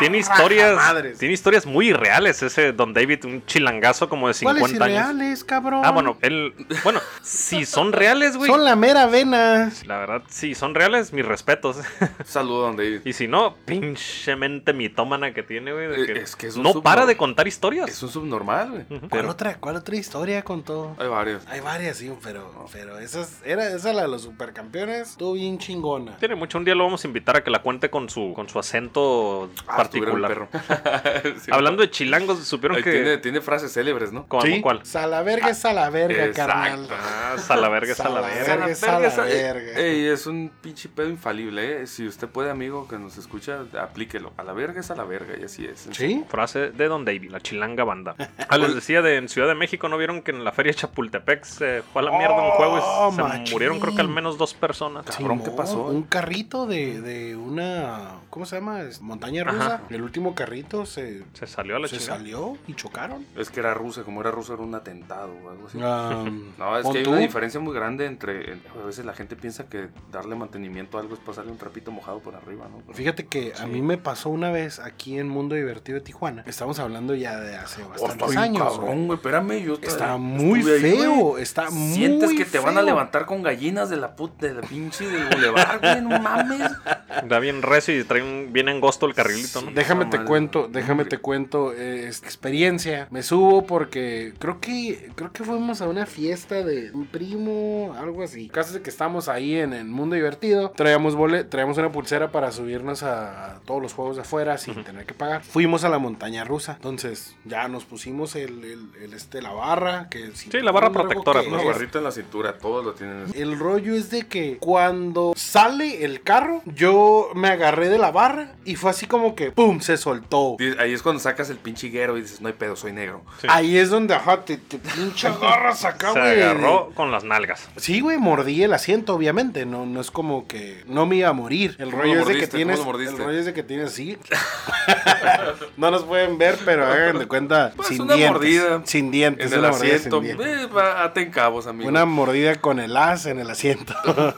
Speaker 3: tiene
Speaker 4: Madres.
Speaker 3: historias. Tiene historias muy reales ese Don David, un chilangazo como de
Speaker 4: ¿Cuáles
Speaker 3: 50 Ah, años.
Speaker 4: irreales, cabrón?
Speaker 3: Ah, bueno, él. Bueno, si son reales, güey.
Speaker 4: Son la mera vena.
Speaker 3: La verdad, si son reales, mis respetos.
Speaker 5: Saludo, don David.
Speaker 3: y si no, pinche mente mitómana que tiene, güey. de
Speaker 5: Eh,
Speaker 3: que
Speaker 5: es que es un
Speaker 3: no
Speaker 5: subnorm-
Speaker 3: para de contar historias.
Speaker 5: Es un subnormal, güey.
Speaker 3: Ujú.
Speaker 4: ¿Cuál otra, ¿Cuál otra historia contó?
Speaker 5: Hay varios.
Speaker 4: Hay varias, sí, pero, pero esas, era, esa la de los supercampeones estuvo bien chingona.
Speaker 3: Tiene mucho, un día lo vamos a invitar a que la cuente con su, con su acento
Speaker 5: Ah, estuviera un
Speaker 3: particular.
Speaker 5: perro. Sí.
Speaker 3: Hablando de chilangos, supieron
Speaker 5: Ahí
Speaker 3: que.
Speaker 5: tiene, tiene frases célebres, ¿no?
Speaker 3: ¿Cómo
Speaker 4: ¿Sí?
Speaker 3: cuál?
Speaker 4: Salaverga es salaverga, carnal.
Speaker 3: Ah, salaverga,
Speaker 4: Salaverga.
Speaker 3: salaverga.
Speaker 4: es a la
Speaker 5: Verga,
Speaker 4: verga.
Speaker 5: Ey, es un pinche pedo infalible, ¿eh? Si usted puede, amigo, que nos escucha, aplíquelo. A la verga es a la verga, y así es.
Speaker 4: ¿Sí?
Speaker 3: Frase de Don David, la chilanga banda. Ah, les decía de en Ciudad de México, ¿no vieron que en la feria de Chapultepec se fue a la mierda un juego
Speaker 4: Oh,
Speaker 3: y se
Speaker 4: machín.
Speaker 3: murieron creo que al menos dos personas?
Speaker 5: Cabrón, ¿qué
Speaker 4: Simón,
Speaker 5: pasó?
Speaker 4: Un carrito de, de una, ¿cómo se llama? Es montaña rusa.
Speaker 3: Ajá.
Speaker 4: El último carrito se,
Speaker 3: Se salió a la
Speaker 4: se
Speaker 3: chingada.
Speaker 4: salió y chocaron.
Speaker 5: Es que era rusa, como era rusa era un atentado o algo así.
Speaker 4: Am,
Speaker 5: No,
Speaker 4: Ah,
Speaker 5: es
Speaker 4: pon
Speaker 5: que hay
Speaker 4: tú.
Speaker 5: una diferencia muy grande entre... en- a veces la gente piensa que darle mantenimiento a algo es pasarle un trapito mojado por arriba, ¿no?
Speaker 4: Fíjate que a
Speaker 5: Sí.
Speaker 4: mí me pasó una vez aquí en Mundo Divertido de Tijuana. Estamos hablando ya de hace bastantes
Speaker 5: Oye,
Speaker 4: años. güey.
Speaker 5: Oh, Cabrón, güey, espérame, yo
Speaker 4: Está
Speaker 5: yo
Speaker 4: muy
Speaker 5: estuve ahí,
Speaker 4: feo,
Speaker 5: güey.
Speaker 4: está muy
Speaker 5: Sientes que te van a
Speaker 4: feo.
Speaker 5: levantar con gallinas de la puta, de la pinche del bulevar, güey, no mames.
Speaker 3: Da bien recio y trae un- bien angosto el carrilito, ¿no?
Speaker 5: Sí.
Speaker 4: Déjame
Speaker 5: No,
Speaker 4: te
Speaker 5: madre,
Speaker 4: cuento,
Speaker 5: hombre.
Speaker 4: déjame te cuento eh, es- experiencia. Me subo porque creo que creo que fuimos a una fiesta de un primo, algo así. El Caso es que estamos ahí en el mundo divertido. Traíamos bolet, traíamos una pulsera para subirnos a, a todos los juegos de afuera sin tener que pagar. Fuimos a la montaña rusa. Entonces, ya nos pusimos el, el- el, este la barra que
Speaker 3: Sí, la barra protectora,
Speaker 4: ¿no?
Speaker 5: Una barrita en la cintura, todos lo tienen.
Speaker 4: El rollo es de que cuando sale el carro, yo me agarré de la barra y fue así como que ¡pum! se soltó.
Speaker 5: Dices- Ahí es cuando sacas el pinche higuero y dices, no hay pedo, soy negro.
Speaker 3: Sí.
Speaker 4: Ahí es donde, ajá, te, te pinche agarras acá,
Speaker 3: Se
Speaker 4: güey.
Speaker 3: agarró con las nalgas.
Speaker 4: Sí, güey, mordí el asiento, obviamente. No, no es como que no me iba a morir. El
Speaker 5: ¿Cómo
Speaker 4: rollo
Speaker 5: lo
Speaker 4: es de que
Speaker 5: mordiste?
Speaker 4: tienes.
Speaker 5: ¿Cómo lo mordiste?
Speaker 4: El rollo es de que tienes así. no nos pueden ver, pero hagan de cuenta.
Speaker 5: Pues
Speaker 4: sin
Speaker 5: una
Speaker 4: dientes.
Speaker 5: mordida.
Speaker 4: Sin dientes.
Speaker 5: en el
Speaker 4: una mordida sin
Speaker 5: asiento,
Speaker 4: dientes.
Speaker 5: eh, va, ate en cabos, amigo.
Speaker 4: Una mordida con el as en el asiento.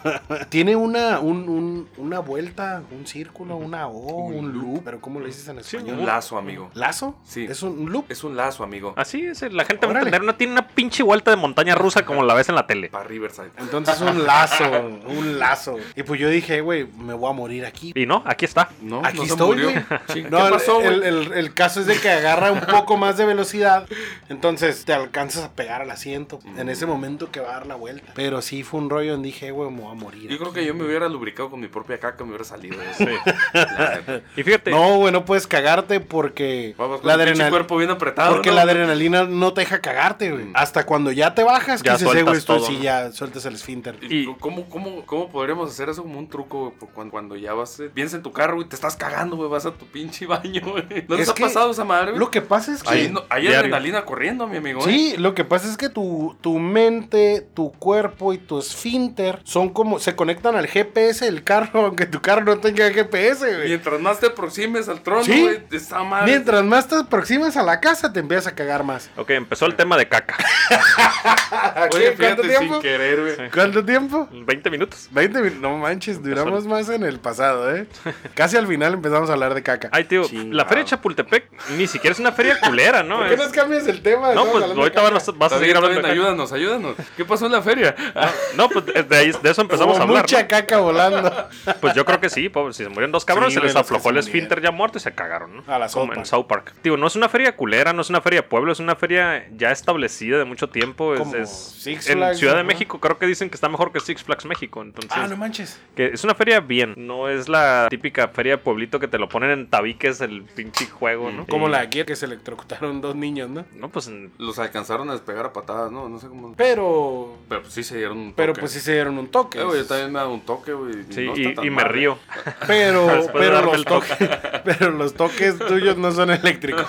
Speaker 4: Tiene una, un- un- una vuelta, un círculo, una O,
Speaker 5: Un
Speaker 4: un,
Speaker 5: loop.
Speaker 4: loop. Pero ¿cómo le dices en español?
Speaker 5: Un lazo, amigo.
Speaker 4: ¿Lazo?
Speaker 5: Sí.
Speaker 4: ¿Es un loop?
Speaker 5: Es un lazo, amigo.
Speaker 4: Ah.
Speaker 3: Así es, eh, la gente va a
Speaker 4: Órale.
Speaker 3: entender, no tiene una pinche vuelta de montaña rusa como la ves en la tele.
Speaker 5: Para Riverside.
Speaker 4: Entonces un lazo, un lazo. Y pues yo dije, güey, me voy a morir aquí.
Speaker 3: Y no, aquí está.
Speaker 5: No,
Speaker 4: Aquí
Speaker 5: no se
Speaker 4: estoy,
Speaker 5: murió.
Speaker 4: güey.
Speaker 5: Ching,
Speaker 4: No,
Speaker 5: ¿Qué pasó,
Speaker 4: el,
Speaker 5: güey?
Speaker 4: el- el- el caso es de que agarra un poco más de velocidad, entonces te alcanzas a pegar al asiento en ese momento que va a dar la vuelta. Pero sí fue un rollo donde dije, güey, me voy a morir.
Speaker 5: Yo creo que yo me hubiera lubricado con mi propia caca, me hubiera salido de eso.
Speaker 3: Sí.
Speaker 5: La neta.
Speaker 3: Y fíjate,
Speaker 4: No, güey, no puedes cagarte porque
Speaker 5: Vamos con
Speaker 4: la,
Speaker 5: un pinche
Speaker 4: adrenal-
Speaker 5: cuerpo bien apretado.
Speaker 4: porque
Speaker 5: ¿no? Mm.
Speaker 4: la adrenalina no te deja cagarte, güey. Hasta cuando ya te bajas,
Speaker 3: Ya
Speaker 4: que se güey,
Speaker 3: sueltas
Speaker 4: esto
Speaker 3: todo,
Speaker 4: sí,
Speaker 3: ¿no?
Speaker 4: ya sueltas el esfínter.
Speaker 5: ¿Y
Speaker 3: Y-
Speaker 5: ¿Cómo, cómo, cómo podríamos hacer eso como un truco, güey? Por cuan- Cuando, ya vas, eh, vienes en tu carro, güey, te estás cagando, güey, vas a tu pinche baño, güey. ¿No
Speaker 4: Es
Speaker 5: les ha
Speaker 4: que-
Speaker 5: pasado esa madre, güey?
Speaker 4: Lo que pasa es que...
Speaker 5: Ahí, no- ahí hay
Speaker 3: Diario.
Speaker 5: adrenalina corriendo, mi amigo. ¿eh?
Speaker 4: Sí, lo que pasa es que tu, tu mente, tu cuerpo y tu esfínter son como, se conectan al GPS del carro, aunque tu carro no tenga GPS, güey.
Speaker 5: Mientras más te aproximes al trono,
Speaker 4: Sí.
Speaker 5: güey, está mal.
Speaker 4: Mientras más te aproximas a la casa, te empiezas a cagar más.
Speaker 3: ok, empezó el tema de caca.
Speaker 5: Oye,
Speaker 3: Ah,
Speaker 4: ¿Qué? ¿Cuánto
Speaker 5: fíjate, sin
Speaker 4: tiempo?
Speaker 5: querer, güey.
Speaker 4: ¿Cuánto tiempo?
Speaker 3: 20 minutos.
Speaker 4: 20 minutos, no manches, duramos más en el pasado, ¿eh? Casi al final empezamos a hablar de caca.
Speaker 3: Ay, tío,
Speaker 5: Chingado.
Speaker 3: la feria de Chapultepec ni siquiera es una feria culera, ¿no?
Speaker 4: ¿Por qué
Speaker 3: Es-
Speaker 4: nos cambias el
Speaker 3: No,
Speaker 4: tema? Estamos
Speaker 3: pues
Speaker 4: hablando de
Speaker 3: ahorita
Speaker 4: caca.
Speaker 3: vas, a- vas a
Speaker 5: Está
Speaker 3: seguir
Speaker 5: bien,
Speaker 3: hablando
Speaker 5: está
Speaker 3: de
Speaker 5: bien,
Speaker 3: caca.
Speaker 5: ayúdanos, ayúdanos. ¿Qué pasó en la feria?
Speaker 3: No, pues de, ahí- de eso empezamos
Speaker 4: Hubo
Speaker 3: a hablar.
Speaker 4: Oh, mucha
Speaker 3: ¿no?
Speaker 4: caca volando.
Speaker 3: Pues yo creo que sí, pobre, si se murieron dos cabrones,
Speaker 4: Sí,
Speaker 3: se
Speaker 4: güey,
Speaker 3: les
Speaker 4: los que
Speaker 3: aflojó
Speaker 4: se
Speaker 3: el
Speaker 4: murieron.
Speaker 3: esfínter ya muerto y se cagaron, ¿no?
Speaker 4: A la
Speaker 3: Como
Speaker 4: sopa.
Speaker 3: en South Park. Digo, no es una feria culera, no es una feria pueblo, es una feria ya establecida de mucho tiempo. Es,
Speaker 4: Como
Speaker 3: es-
Speaker 4: Six
Speaker 3: en
Speaker 4: Flags,
Speaker 3: Ciudad de
Speaker 4: ajá.
Speaker 3: México creo que dicen que está mejor que Six Flags México, entonces...
Speaker 4: Ah, no manches.
Speaker 3: Que es una feria bien, no es la típica feria de pueblito que te lo ponen en tabiques el pinche juego, ¿no?
Speaker 4: Como
Speaker 3: Y-
Speaker 4: la de aquí que se electrocutaron dos niños, ¿no?
Speaker 3: No, pues en-
Speaker 5: Los alcanzaron a despegar a patadas, ¿no? No sé cómo.
Speaker 4: Pero
Speaker 5: Pero pues sí se dieron un
Speaker 4: Pero
Speaker 5: toque.
Speaker 4: pues sí se dieron un toque.
Speaker 3: Eh,
Speaker 5: Eh, güey, yo también me ha dado un toque, güey.
Speaker 3: Sí,
Speaker 5: no está
Speaker 3: y,
Speaker 5: tan
Speaker 3: y me
Speaker 5: mal,
Speaker 3: frío.
Speaker 4: Pero,
Speaker 3: Después de
Speaker 4: pero,
Speaker 3: darme el
Speaker 4: los toques, pero los toques tuyos no son eléctricos.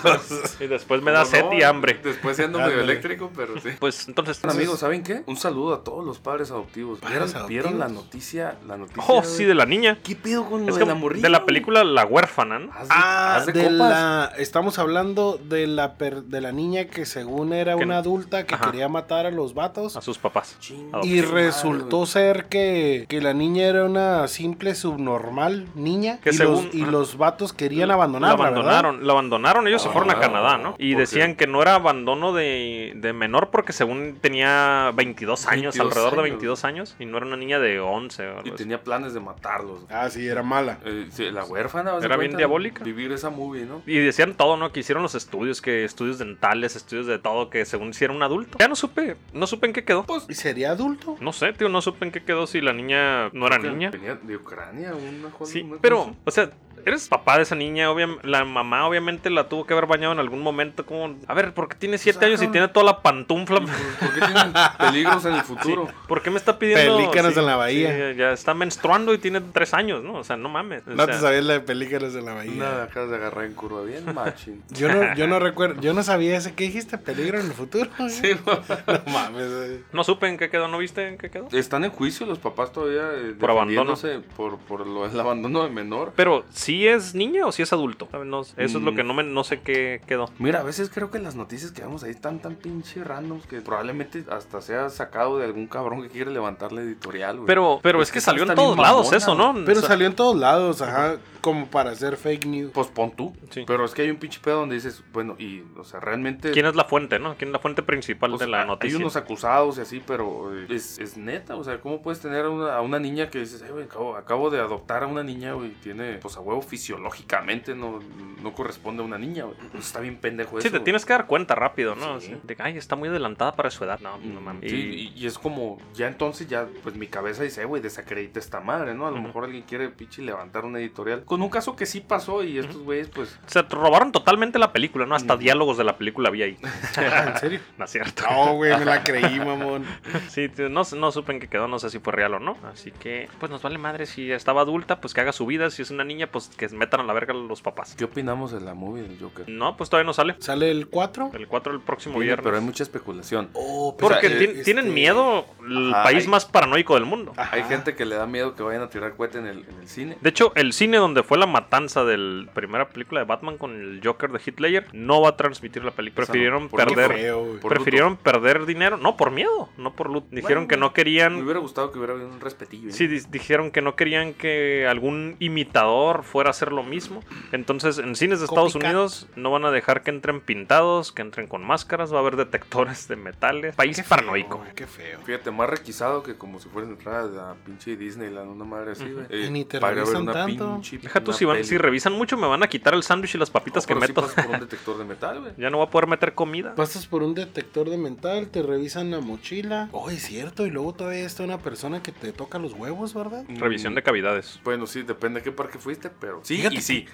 Speaker 3: Y después me da
Speaker 5: Como
Speaker 3: sed
Speaker 5: no,
Speaker 3: y hambre.
Speaker 5: Después siendo medio
Speaker 4: Ándale.
Speaker 5: eléctrico, pero sí.
Speaker 3: Pues entonces,
Speaker 5: Amigos, ¿saben qué? Un saludo a todos los padres adoptivos. ¿Vieron,
Speaker 4: ¿Padres
Speaker 5: vieron la
Speaker 4: adoptivos?
Speaker 5: noticia? La noticia
Speaker 3: Oh,
Speaker 5: güey?
Speaker 3: sí, de la niña.
Speaker 5: ¿Qué pedo con lo
Speaker 3: Es
Speaker 5: de
Speaker 3: que
Speaker 5: la morrilla?
Speaker 3: de la
Speaker 5: güey?
Speaker 3: película La huérfana, ¿no?
Speaker 5: Haz de,
Speaker 4: Ah,
Speaker 5: haz de
Speaker 4: de
Speaker 5: copas.
Speaker 4: la, estamos hablando de la, per- de la niña que según era
Speaker 3: Que-
Speaker 4: una adulta que
Speaker 3: ajá.
Speaker 4: quería matar a los vatos.
Speaker 3: A sus papás.
Speaker 5: Chinga.
Speaker 3: Adoptivos.
Speaker 4: Y
Speaker 5: Madre, güey.
Speaker 4: resultó ser que, que la niña era una simple subnormal niña.
Speaker 3: Que
Speaker 4: y,
Speaker 3: según-
Speaker 4: los, y los vatos querían
Speaker 3: La
Speaker 4: abandonarla. ¿verdad?
Speaker 3: abandonaron, la abandonaron, ellos se fueron a
Speaker 5: Abandonaron.
Speaker 3: Canadá, ¿no? Y
Speaker 5: ¿Por qué?
Speaker 3: decían que no era abandono de, de menor porque según tenía 22 años,
Speaker 5: 22
Speaker 3: alrededor de
Speaker 5: años.
Speaker 3: 22 años, y no era una niña de 11 o
Speaker 5: Y
Speaker 3: algo así.
Speaker 5: tenía planes de matarlos.
Speaker 4: Ah, sí, era mala.
Speaker 5: Eh, sí, la huérfana. ¿vas de
Speaker 3: Era bien
Speaker 5: cuenta?
Speaker 3: diabólica.
Speaker 5: Vivir esa movie, ¿no?
Speaker 3: Y decían todo, ¿no? Que hicieron los estudios, que estudios dentales, estudios de todo, que según si era un adulto. Ya no supe, no supe en qué quedó.
Speaker 4: ¿Y sería adulto?
Speaker 3: No sé, tío, no supe en qué quedó si la niña no era niña.
Speaker 5: Venía de Ucrania, una cosa.
Speaker 3: Sí,
Speaker 5: una
Speaker 3: pero,
Speaker 5: cosa.
Speaker 3: o sea, eres papá de esa niña, obvia- la mamá obviamente la tuvo que haber bañado en algún momento, como, a ver, ¿por qué tiene siete
Speaker 5: Pues,
Speaker 3: años y
Speaker 5: ajá. pues,
Speaker 3: tiene toda la pantufla?
Speaker 5: ¿Por, por qué tienen peligros en el futuro?
Speaker 3: ¿Por qué me está pidiendo?
Speaker 4: Pelícanos en la bahía.
Speaker 3: sí, ya está menstruando y tiene tres años, ¿no? O sea, no mames. O
Speaker 4: No
Speaker 3: sea,
Speaker 4: te sabías la de películas de la bahía.
Speaker 5: Nada, acabas de agarrar en curva bien, machín.
Speaker 4: Yo no, yo no recuerdo, yo no sabía ese que dijiste, peligro en el futuro.
Speaker 5: Sí, güey.
Speaker 4: No mames. eh.
Speaker 3: No supe en qué quedó, ¿no viste en qué quedó?
Speaker 5: Están en juicio los papás todavía. eh,
Speaker 3: Por abandono.
Speaker 5: defendiéndose Por, por lo, el abandono de menor.
Speaker 3: Pero, ¿sí es niña o si es adulto? ¿Sabes? No- eso es lo
Speaker 5: Mm.
Speaker 3: que no, me, no sé qué quedó.
Speaker 5: Mira, a veces creo que las noticias que vemos ahí están tan pinche randoms que probablemente hasta sea sacado de algún cabrón que quiere levantar la editorial, güey.
Speaker 3: Pero, pero
Speaker 5: Pues
Speaker 3: es
Speaker 5: que
Speaker 3: que salió en
Speaker 5: está bien
Speaker 3: todos lados
Speaker 5: mamona,
Speaker 3: eso, ¿no?
Speaker 4: Pero
Speaker 3: O sea,
Speaker 4: salió en todos lados, ajá, como para hacer fake news.
Speaker 5: Pues pon tú.
Speaker 3: Sí.
Speaker 5: Pero es que hay un pinche pedo donde dices, bueno, y, o sea, realmente.
Speaker 3: ¿Quién es la fuente, no? ¿Quién es la fuente principal
Speaker 5: o
Speaker 3: de
Speaker 5: sea,
Speaker 3: la
Speaker 5: Pues Hay
Speaker 3: noticia?
Speaker 5: unos acusados y así, pero eh, es, es neta. O sea, ¿cómo puedes tener a una, a una niña que dices, "Ay, güey, acabo, acabo de adoptar a una niña, güey? Tiene, pues a huevo, fisiológicamente no, no corresponde a una niña, güey. Pues, está bien pendejo eso.
Speaker 3: Sí, te
Speaker 5: güey.
Speaker 3: tienes que dar cuenta rápido, ¿no?
Speaker 5: Sí.
Speaker 3: O
Speaker 5: Mm,
Speaker 3: sea, de que, ay, está muy adelantada para su edad. No, no mames.
Speaker 5: Sí,
Speaker 3: Y-
Speaker 5: y, y es como, ya entonces, ya, pues mi cabeza dice, "Eh, güey, desacredita esta madre, ¿no? A lo
Speaker 3: Ujú.
Speaker 5: mejor alguien quiere, pinche, levantar una editorial. Con un caso que sí pasó y estos güeyes, pues,
Speaker 3: se robaron totalmente la película, ¿no? Hasta
Speaker 5: Mm.
Speaker 3: diálogos de la película había ahí.
Speaker 4: ¿En serio?
Speaker 3: No es cierto.
Speaker 4: No, güey, me la creí, mamón.
Speaker 3: Sí, tío, no, no supe en qué quedó, no sé si fue real o no. Así que, pues nos vale madre. Si estaba adulta, pues que haga su vida. Si es una niña, pues que metan a la verga a los papás.
Speaker 5: ¿qué opinamos de la movie del Joker?
Speaker 3: No, pues todavía no sale.
Speaker 4: ¿Sale el 4?
Speaker 3: El 4 el próximo
Speaker 5: Viene,
Speaker 3: viernes.
Speaker 5: pero hay mucha especulación.
Speaker 4: Oh, pero-
Speaker 3: Porque
Speaker 5: o sea, eh,
Speaker 3: tien-
Speaker 4: este-
Speaker 3: tienen miedo el
Speaker 5: Ajá,
Speaker 3: país
Speaker 5: hay-
Speaker 3: más paranoico del mundo.
Speaker 4: Ajá.
Speaker 5: Hay gente que le da miedo que vayan a tirar cohete en el, en el cine.
Speaker 3: De hecho, el cine donde fue la matanza de la primera película de Batman con el Joker de Hitler no va a transmitir la película.
Speaker 5: O sea,
Speaker 3: Prefirieron
Speaker 5: Pues, por qué
Speaker 4: Qué
Speaker 3: perder.
Speaker 4: feo, güey.
Speaker 5: por
Speaker 3: Prefirieron perder dinero. No, por miedo. No por loot. Dijeron
Speaker 5: Bueno,
Speaker 3: que no querían.
Speaker 5: Me hubiera gustado que hubiera habido un respetillo. ¿eh?
Speaker 3: Sí, di- dijeron que no querían que algún imitador fuera a hacer lo mismo. Entonces, en cines de Estados
Speaker 4: Copycat.
Speaker 3: Unidos no van a dejar que entren pintados, que entren con máscaras, va a haber detectores de metales. País
Speaker 4: Qué feo,
Speaker 3: paranoico.
Speaker 4: güey, Qué feo.
Speaker 5: Fíjate, más requisado que como si fueras a entrar a la pinche Disneyland, una madre así, güey.
Speaker 4: Y ni te
Speaker 5: para ir a ver
Speaker 4: revisan
Speaker 5: una
Speaker 4: tanto.
Speaker 5: pinche-
Speaker 3: Deja tú,
Speaker 5: una
Speaker 3: si, van-
Speaker 5: peli.
Speaker 3: si revisan mucho, me van a quitar el sándwich y las
Speaker 5: No,
Speaker 3: papitas que
Speaker 5: pero sí
Speaker 3: meto.
Speaker 5: pasas por un detector de metal, güey.
Speaker 3: ya no voy a poder meter comida.
Speaker 4: Pasas por un detector de mental, te revisan la mochila. Oh, es cierto, y luego todavía está una persona que te toca los huevos, ¿verdad?
Speaker 3: Revisión
Speaker 5: Mm,
Speaker 3: de cavidades.
Speaker 5: Bueno, sí, depende de qué parque fuiste, pero sí
Speaker 4: Fíjate
Speaker 5: y sí.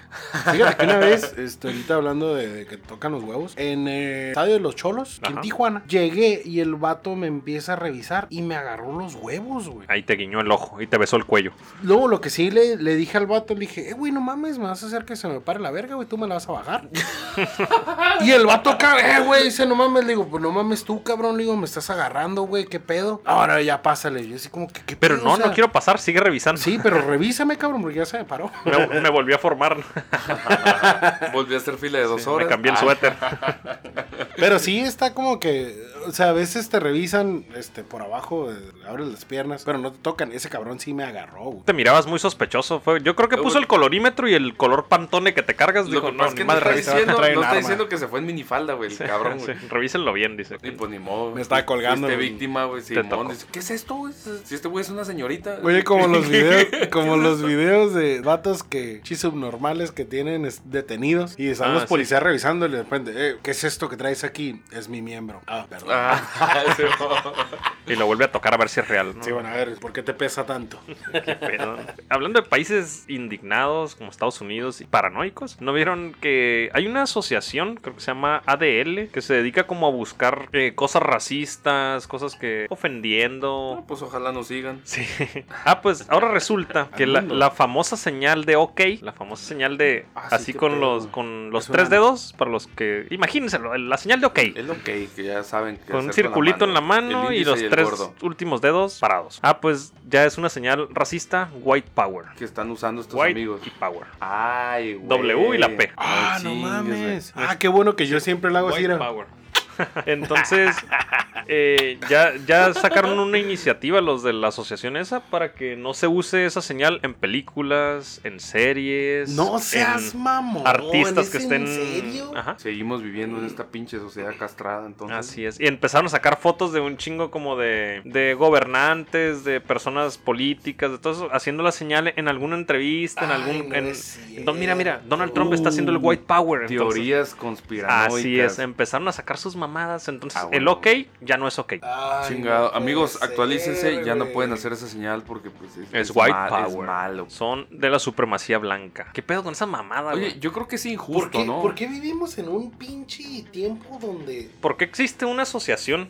Speaker 4: Fíjate que una vez, este, ahorita hablando de, de que tocan los huevos, en el estadio de los Cholos, aquí en
Speaker 3: Ajá.
Speaker 4: Tijuana, llegué y el vato me empieza a revisar y me agarró los huevos, güey.
Speaker 3: Ahí te guiñó el ojo y te besó el cuello.
Speaker 4: Luego lo que sí le, le dije al vato, le dije, eh, güey, no mames, me vas a hacer que se me pare la verga, güey, tú me la vas a bajar. y el vato, ca- eh, güey, dice, no mames, le digo, pues no mames tú, cabrón, le digo, me estás agarrando, güey, qué pedo. Ahora ya pásale, yo así como que, ¿qué
Speaker 3: Pero
Speaker 4: pedo?
Speaker 3: no,
Speaker 4: O sea,
Speaker 3: no quiero pasar, sigue revisando.
Speaker 4: Sí, pero revísame, cabrón, porque ya se me paró.
Speaker 3: Me, me volví a formar.
Speaker 5: Volví a hacer fila de dos horas.
Speaker 3: me cambié el
Speaker 5: Ah,
Speaker 3: suéter.
Speaker 4: Pero sí está como que, o sea, a veces te revisan este por abajo, eh, abres las piernas, pero no te tocan. Ese cabrón sí me agarró. güey.
Speaker 3: Te mirabas muy sospechoso. Fue, yo creo que puso el colorímetro y el color pantone que te cargas.
Speaker 5: Lo
Speaker 3: Dijo,
Speaker 5: que
Speaker 3: no,
Speaker 5: pasa es
Speaker 3: ni
Speaker 5: que no
Speaker 3: madre,
Speaker 5: está
Speaker 3: revisa.
Speaker 5: diciendo,
Speaker 4: trae
Speaker 5: no
Speaker 4: un
Speaker 5: está
Speaker 4: arma.
Speaker 5: diciendo que se fue en minifalda, güey, el cabrón,
Speaker 3: Sí,
Speaker 5: güey.
Speaker 3: revísenlo bien, dice.
Speaker 5: Y pues ni modo.
Speaker 4: Me estaba colgando,
Speaker 5: Fuiste
Speaker 4: güey.
Speaker 5: víctima, güey.
Speaker 3: tocó.
Speaker 5: Simón dice, ¿qué es esto, güey? Si este güey es una señorita.
Speaker 4: Oye, como los videos, como
Speaker 5: ¿Qué es
Speaker 4: los
Speaker 5: esto?
Speaker 4: videos de vatos que sí subnormales que tienen es- detenidos y están
Speaker 3: Ah,
Speaker 4: los
Speaker 3: sí.
Speaker 4: policías revisando y de repente, eh, ¿qué es esto que traes aquí? Es mi miembro. Ah, perdón.
Speaker 3: ah, y lo vuelve a tocar a ver si es real. ¿no?
Speaker 4: Sí, bueno, a ver, ¿por qué te pesa tanto?
Speaker 3: Qué pedo. Hablando de países indignados como Estados Unidos y paranoicos, ¿no vieron que hay una asociación, creo que se llama ADL, que se dedica como a buscar eh, cosas racistas, cosas que ofendiendo?
Speaker 5: No, pues ojalá nos sigan.
Speaker 3: Sí. Ah, pues ahora resulta que la, la famosa señal de OK, la famosa señal de
Speaker 5: Ah, sí,
Speaker 3: así
Speaker 5: qué
Speaker 3: con
Speaker 5: pedo,
Speaker 3: los
Speaker 5: güey.
Speaker 3: con los
Speaker 5: Es
Speaker 3: tres
Speaker 5: una-
Speaker 3: dedos, para los que imagínenselo, la señal de OK.
Speaker 5: Es lo que que ya saben que
Speaker 3: Con un
Speaker 5: hacer
Speaker 3: circulito en la mano
Speaker 5: El
Speaker 3: y
Speaker 5: índice
Speaker 3: los
Speaker 5: el
Speaker 3: tres
Speaker 5: gordo
Speaker 3: últimos dedos parados. Ah, pues ya es una señal racista, white power.
Speaker 5: que están usando estos
Speaker 3: White
Speaker 5: amigos.
Speaker 3: y power.
Speaker 5: Ay, güey.
Speaker 3: W y la P.
Speaker 4: Ah, no
Speaker 5: chingues,
Speaker 4: mames. Ah, qué bueno que yo siempre lo hago así.
Speaker 3: White
Speaker 4: era-
Speaker 3: power. Entonces, eh, ya, ya sacaron una iniciativa los de la asociación esa para que no se use esa señal en películas, en series.
Speaker 4: No seas
Speaker 3: en
Speaker 4: mamón.
Speaker 3: Artistas que
Speaker 4: ¿es
Speaker 3: estén.
Speaker 4: ¿En serio?
Speaker 3: Ajá.
Speaker 5: güey. Seguimos viviendo en esta pinche sociedad castrada, entonces.
Speaker 3: Así es. Y empezaron a sacar fotos de un chingo como de, de gobernantes, de personas políticas, de todo eso, haciendo la señal en alguna entrevista, en
Speaker 4: Ay,
Speaker 3: algún...
Speaker 4: no
Speaker 3: en-
Speaker 4: es
Speaker 3: en- mira, mira, Donald
Speaker 4: cierto.
Speaker 3: Trump está haciendo el white power. entonces.
Speaker 5: Teorías conspiranoicas.
Speaker 3: Así es, empezaron a sacar sus mamadas, entonces
Speaker 5: Ah, bueno.
Speaker 3: el ok ya no es ok.
Speaker 4: Ay, no
Speaker 5: Chingado.
Speaker 4: puede
Speaker 5: Amigos,
Speaker 4: ser,
Speaker 5: actualícense. Ya no
Speaker 4: güey.
Speaker 5: pueden hacer esa señal porque pues, es,
Speaker 3: es
Speaker 5: es
Speaker 3: white
Speaker 5: mal- es
Speaker 3: power.
Speaker 5: malo.
Speaker 3: Son de la supremacía blanca. ¿Qué pedo con esa mamada,
Speaker 5: Oye,
Speaker 3: güey?
Speaker 5: yo creo que es injusto,
Speaker 4: ¿Por qué,
Speaker 5: ¿no?
Speaker 4: por qué vivimos en un pinche tiempo donde
Speaker 3: ¿Por qué existe una asociación?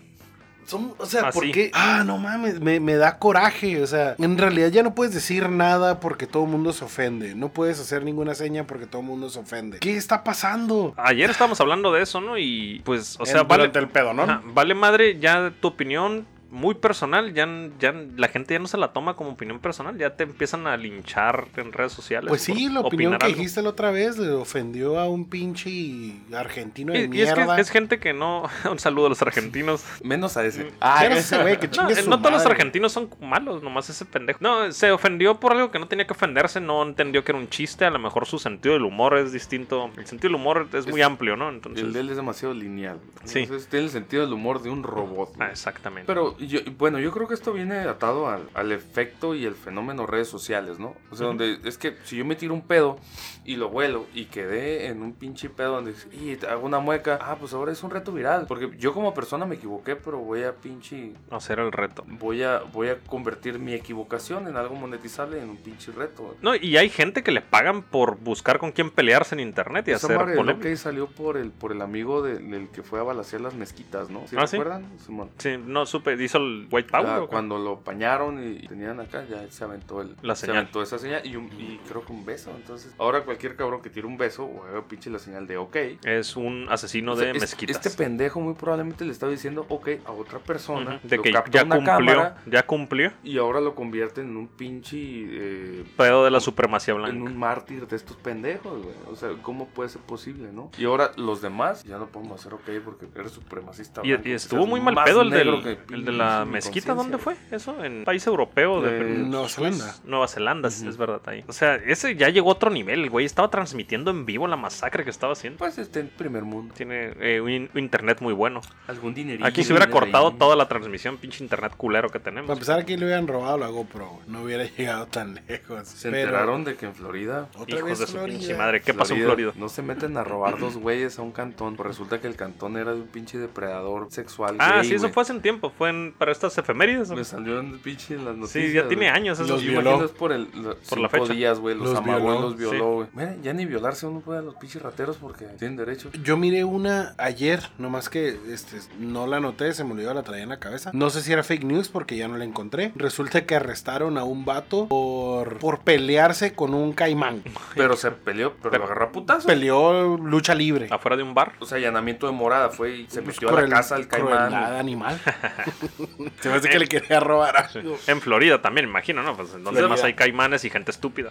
Speaker 4: son, o sea,
Speaker 3: Así.
Speaker 4: ¿por qué? Ah, no mames, me, me da coraje, o sea, en realidad ya no puedes decir nada porque todo el mundo se ofende, no puedes hacer ninguna seña porque todo el mundo se ofende. ¿Qué está pasando?
Speaker 3: Ayer estábamos hablando de eso, ¿no? Y pues, o sea,
Speaker 4: En-
Speaker 3: vale,
Speaker 4: durante el pedo, ¿no?
Speaker 3: Ajá, vale madre ya tu opinión muy personal, ya, ya la gente ya no se la toma como opinión personal, ya te empiezan a linchar en redes sociales.
Speaker 4: Pues sí,
Speaker 3: por
Speaker 4: la opinión
Speaker 3: opinar
Speaker 4: que
Speaker 3: algo.
Speaker 4: dijiste la otra vez le ofendió a un pinche argentino de
Speaker 3: Y, y es
Speaker 4: mierda.
Speaker 3: que es gente que no. Un saludo a los argentinos.
Speaker 5: Menos a ese.
Speaker 4: Ah,
Speaker 5: Ah,
Speaker 4: era ese güey que
Speaker 3: No,
Speaker 4: chingue
Speaker 3: eh,
Speaker 4: su
Speaker 3: no todos los
Speaker 4: madre.
Speaker 3: argentinos son malos, nomás ese pendejo. No, se ofendió por algo que no tenía que ofenderse, no entendió que era un chiste, a lo mejor su sentido del humor es distinto. El sentido del humor es muy
Speaker 5: Es-
Speaker 3: amplio, ¿no? Entonces.
Speaker 5: El de él es demasiado lineal.
Speaker 3: Sí.
Speaker 5: Entonces tiene el sentido del humor de un robot.
Speaker 3: Ah,
Speaker 5: güey.
Speaker 3: exactamente.
Speaker 5: Pero yo, bueno, yo creo que esto viene atado al, al efecto y el fenómeno redes sociales, ¿no? O sea, donde es que si yo me tiro un pedo y lo vuelo y quedé en un pinche pedo donde y hago una mueca, ah, pues ahora es un reto viral. Porque yo como persona me equivoqué, pero voy a pinche.
Speaker 3: hacer el reto.
Speaker 5: Voy a, voy a convertir mi equivocación en algo monetizable, en un pinche reto. güey.
Speaker 3: No, y hay gente que le pagan por buscar con quién pelearse en internet y
Speaker 5: Esa
Speaker 3: hacer
Speaker 5: madre, lo
Speaker 3: polémica.
Speaker 5: que salió por el, por el amigo de- del que fue a balasear las mezquitas, ¿no? ¿Sí
Speaker 3: Ah, ¿sí?
Speaker 5: recuerdan? Simón.
Speaker 3: Sí, no supe, hizo el White
Speaker 5: Ah,
Speaker 3: Power. ¿o qué?
Speaker 5: cuando lo apañaron y tenían acá, ya él se aventó el,
Speaker 3: La
Speaker 5: se
Speaker 3: señal.
Speaker 5: aventó esa señal y, un- y creo que un beso. Entonces, ahora cualquier cabrón que tire un beso o haga pinche la señal de ok.
Speaker 3: Es un asesino
Speaker 5: O sea,
Speaker 3: de
Speaker 5: es-
Speaker 3: mezquitas.
Speaker 5: Este pendejo muy probablemente le estaba diciendo ok a otra persona.
Speaker 3: Ujú, De
Speaker 5: lo
Speaker 3: que ya
Speaker 5: capta una
Speaker 3: cumplió,
Speaker 5: cámara
Speaker 3: ya cumplió.
Speaker 5: y ahora lo convierte en un pinche. eh,
Speaker 3: Pedo de la supremacía
Speaker 5: en
Speaker 3: blanca.
Speaker 5: un mártir de estos pendejos, güey. O sea, ¿cómo puede ser posible, no? Y ahora los demás ya no podemos hacer ok porque eres supremacista.
Speaker 3: Y,
Speaker 5: blanco,
Speaker 3: y
Speaker 5: o sea,
Speaker 3: estuvo muy mal
Speaker 5: más
Speaker 3: pedo el,
Speaker 5: negro
Speaker 3: del-
Speaker 5: que
Speaker 3: el de la
Speaker 5: pinche
Speaker 3: mezquita. ¿Dónde
Speaker 5: conciencia.
Speaker 3: fue eso? En país europeo. de-
Speaker 5: Eh,
Speaker 4: No, Zelanda.
Speaker 3: Nueva Zelanda, sí, es verdad, ahí. O sea, ese ya llegó a otro nivel, güey. Estaba transmitiendo en vivo la masacre que estaba haciendo.
Speaker 5: Pues este en primer mundo.
Speaker 3: Tiene eh, un, in- un internet muy bueno.
Speaker 5: Algún dinerito.
Speaker 3: Aquí se hubiera cortado toda la transmisión, pinche internet culero que
Speaker 4: Para
Speaker 3: tenemos.
Speaker 4: empezar, aquí le hubieran robado la GoPro, güey. no hubiera llegado tan lejos.
Speaker 5: Se
Speaker 4: Pero-
Speaker 5: enteraron de que en Florida.
Speaker 4: Otra
Speaker 3: Hijos
Speaker 4: vez
Speaker 3: de su
Speaker 4: Florida.
Speaker 3: pinche madre. ¿Qué pasó en Florida?
Speaker 5: No se meten a robar dos güeyes a un cantón. Pues resulta que el cantón era de un pinche depredador sexual.
Speaker 3: Ah,
Speaker 5: gay,
Speaker 3: sí, eso
Speaker 5: güey.
Speaker 3: fue hace un tiempo. Fue en- para estas efemérides. ¿no?
Speaker 5: Me salió en pinche en las noticias.
Speaker 3: Sí, ya tiene
Speaker 5: güey.
Speaker 3: años. Eso.
Speaker 4: Los
Speaker 5: Yo
Speaker 4: violó.
Speaker 5: imagino es por, el, por
Speaker 3: la fecha.
Speaker 5: días, güey. Los,
Speaker 4: Los
Speaker 5: amagó y
Speaker 4: violó.
Speaker 5: los violó,
Speaker 3: Sí.
Speaker 5: güey. Miren, ya ni violarse uno puede a los pinches rateros porque tienen derecho.
Speaker 4: Yo miré una ayer, nomás que este, no la noté, se me olvidó, la traía en la cabeza. No sé si era fake news porque ya no la encontré. Resulta que arrestaron a un vato por, por pelearse con un caimán.
Speaker 5: Pero se peleó, pero,
Speaker 3: Pero-
Speaker 5: lo agarró a putazo.
Speaker 4: Peleó lucha libre.
Speaker 3: Afuera de un bar.
Speaker 5: O sea, allanamiento de morada fue y se
Speaker 4: Pues,
Speaker 5: metió Ah, a la
Speaker 4: cruel-
Speaker 5: casa del caimán.
Speaker 4: crueldad animal. se me hace que le quería robar algo.
Speaker 3: En Florida también, imagino, ¿no? Pues en donde
Speaker 5: Florida.
Speaker 3: más hay caimanes y gente estúpida.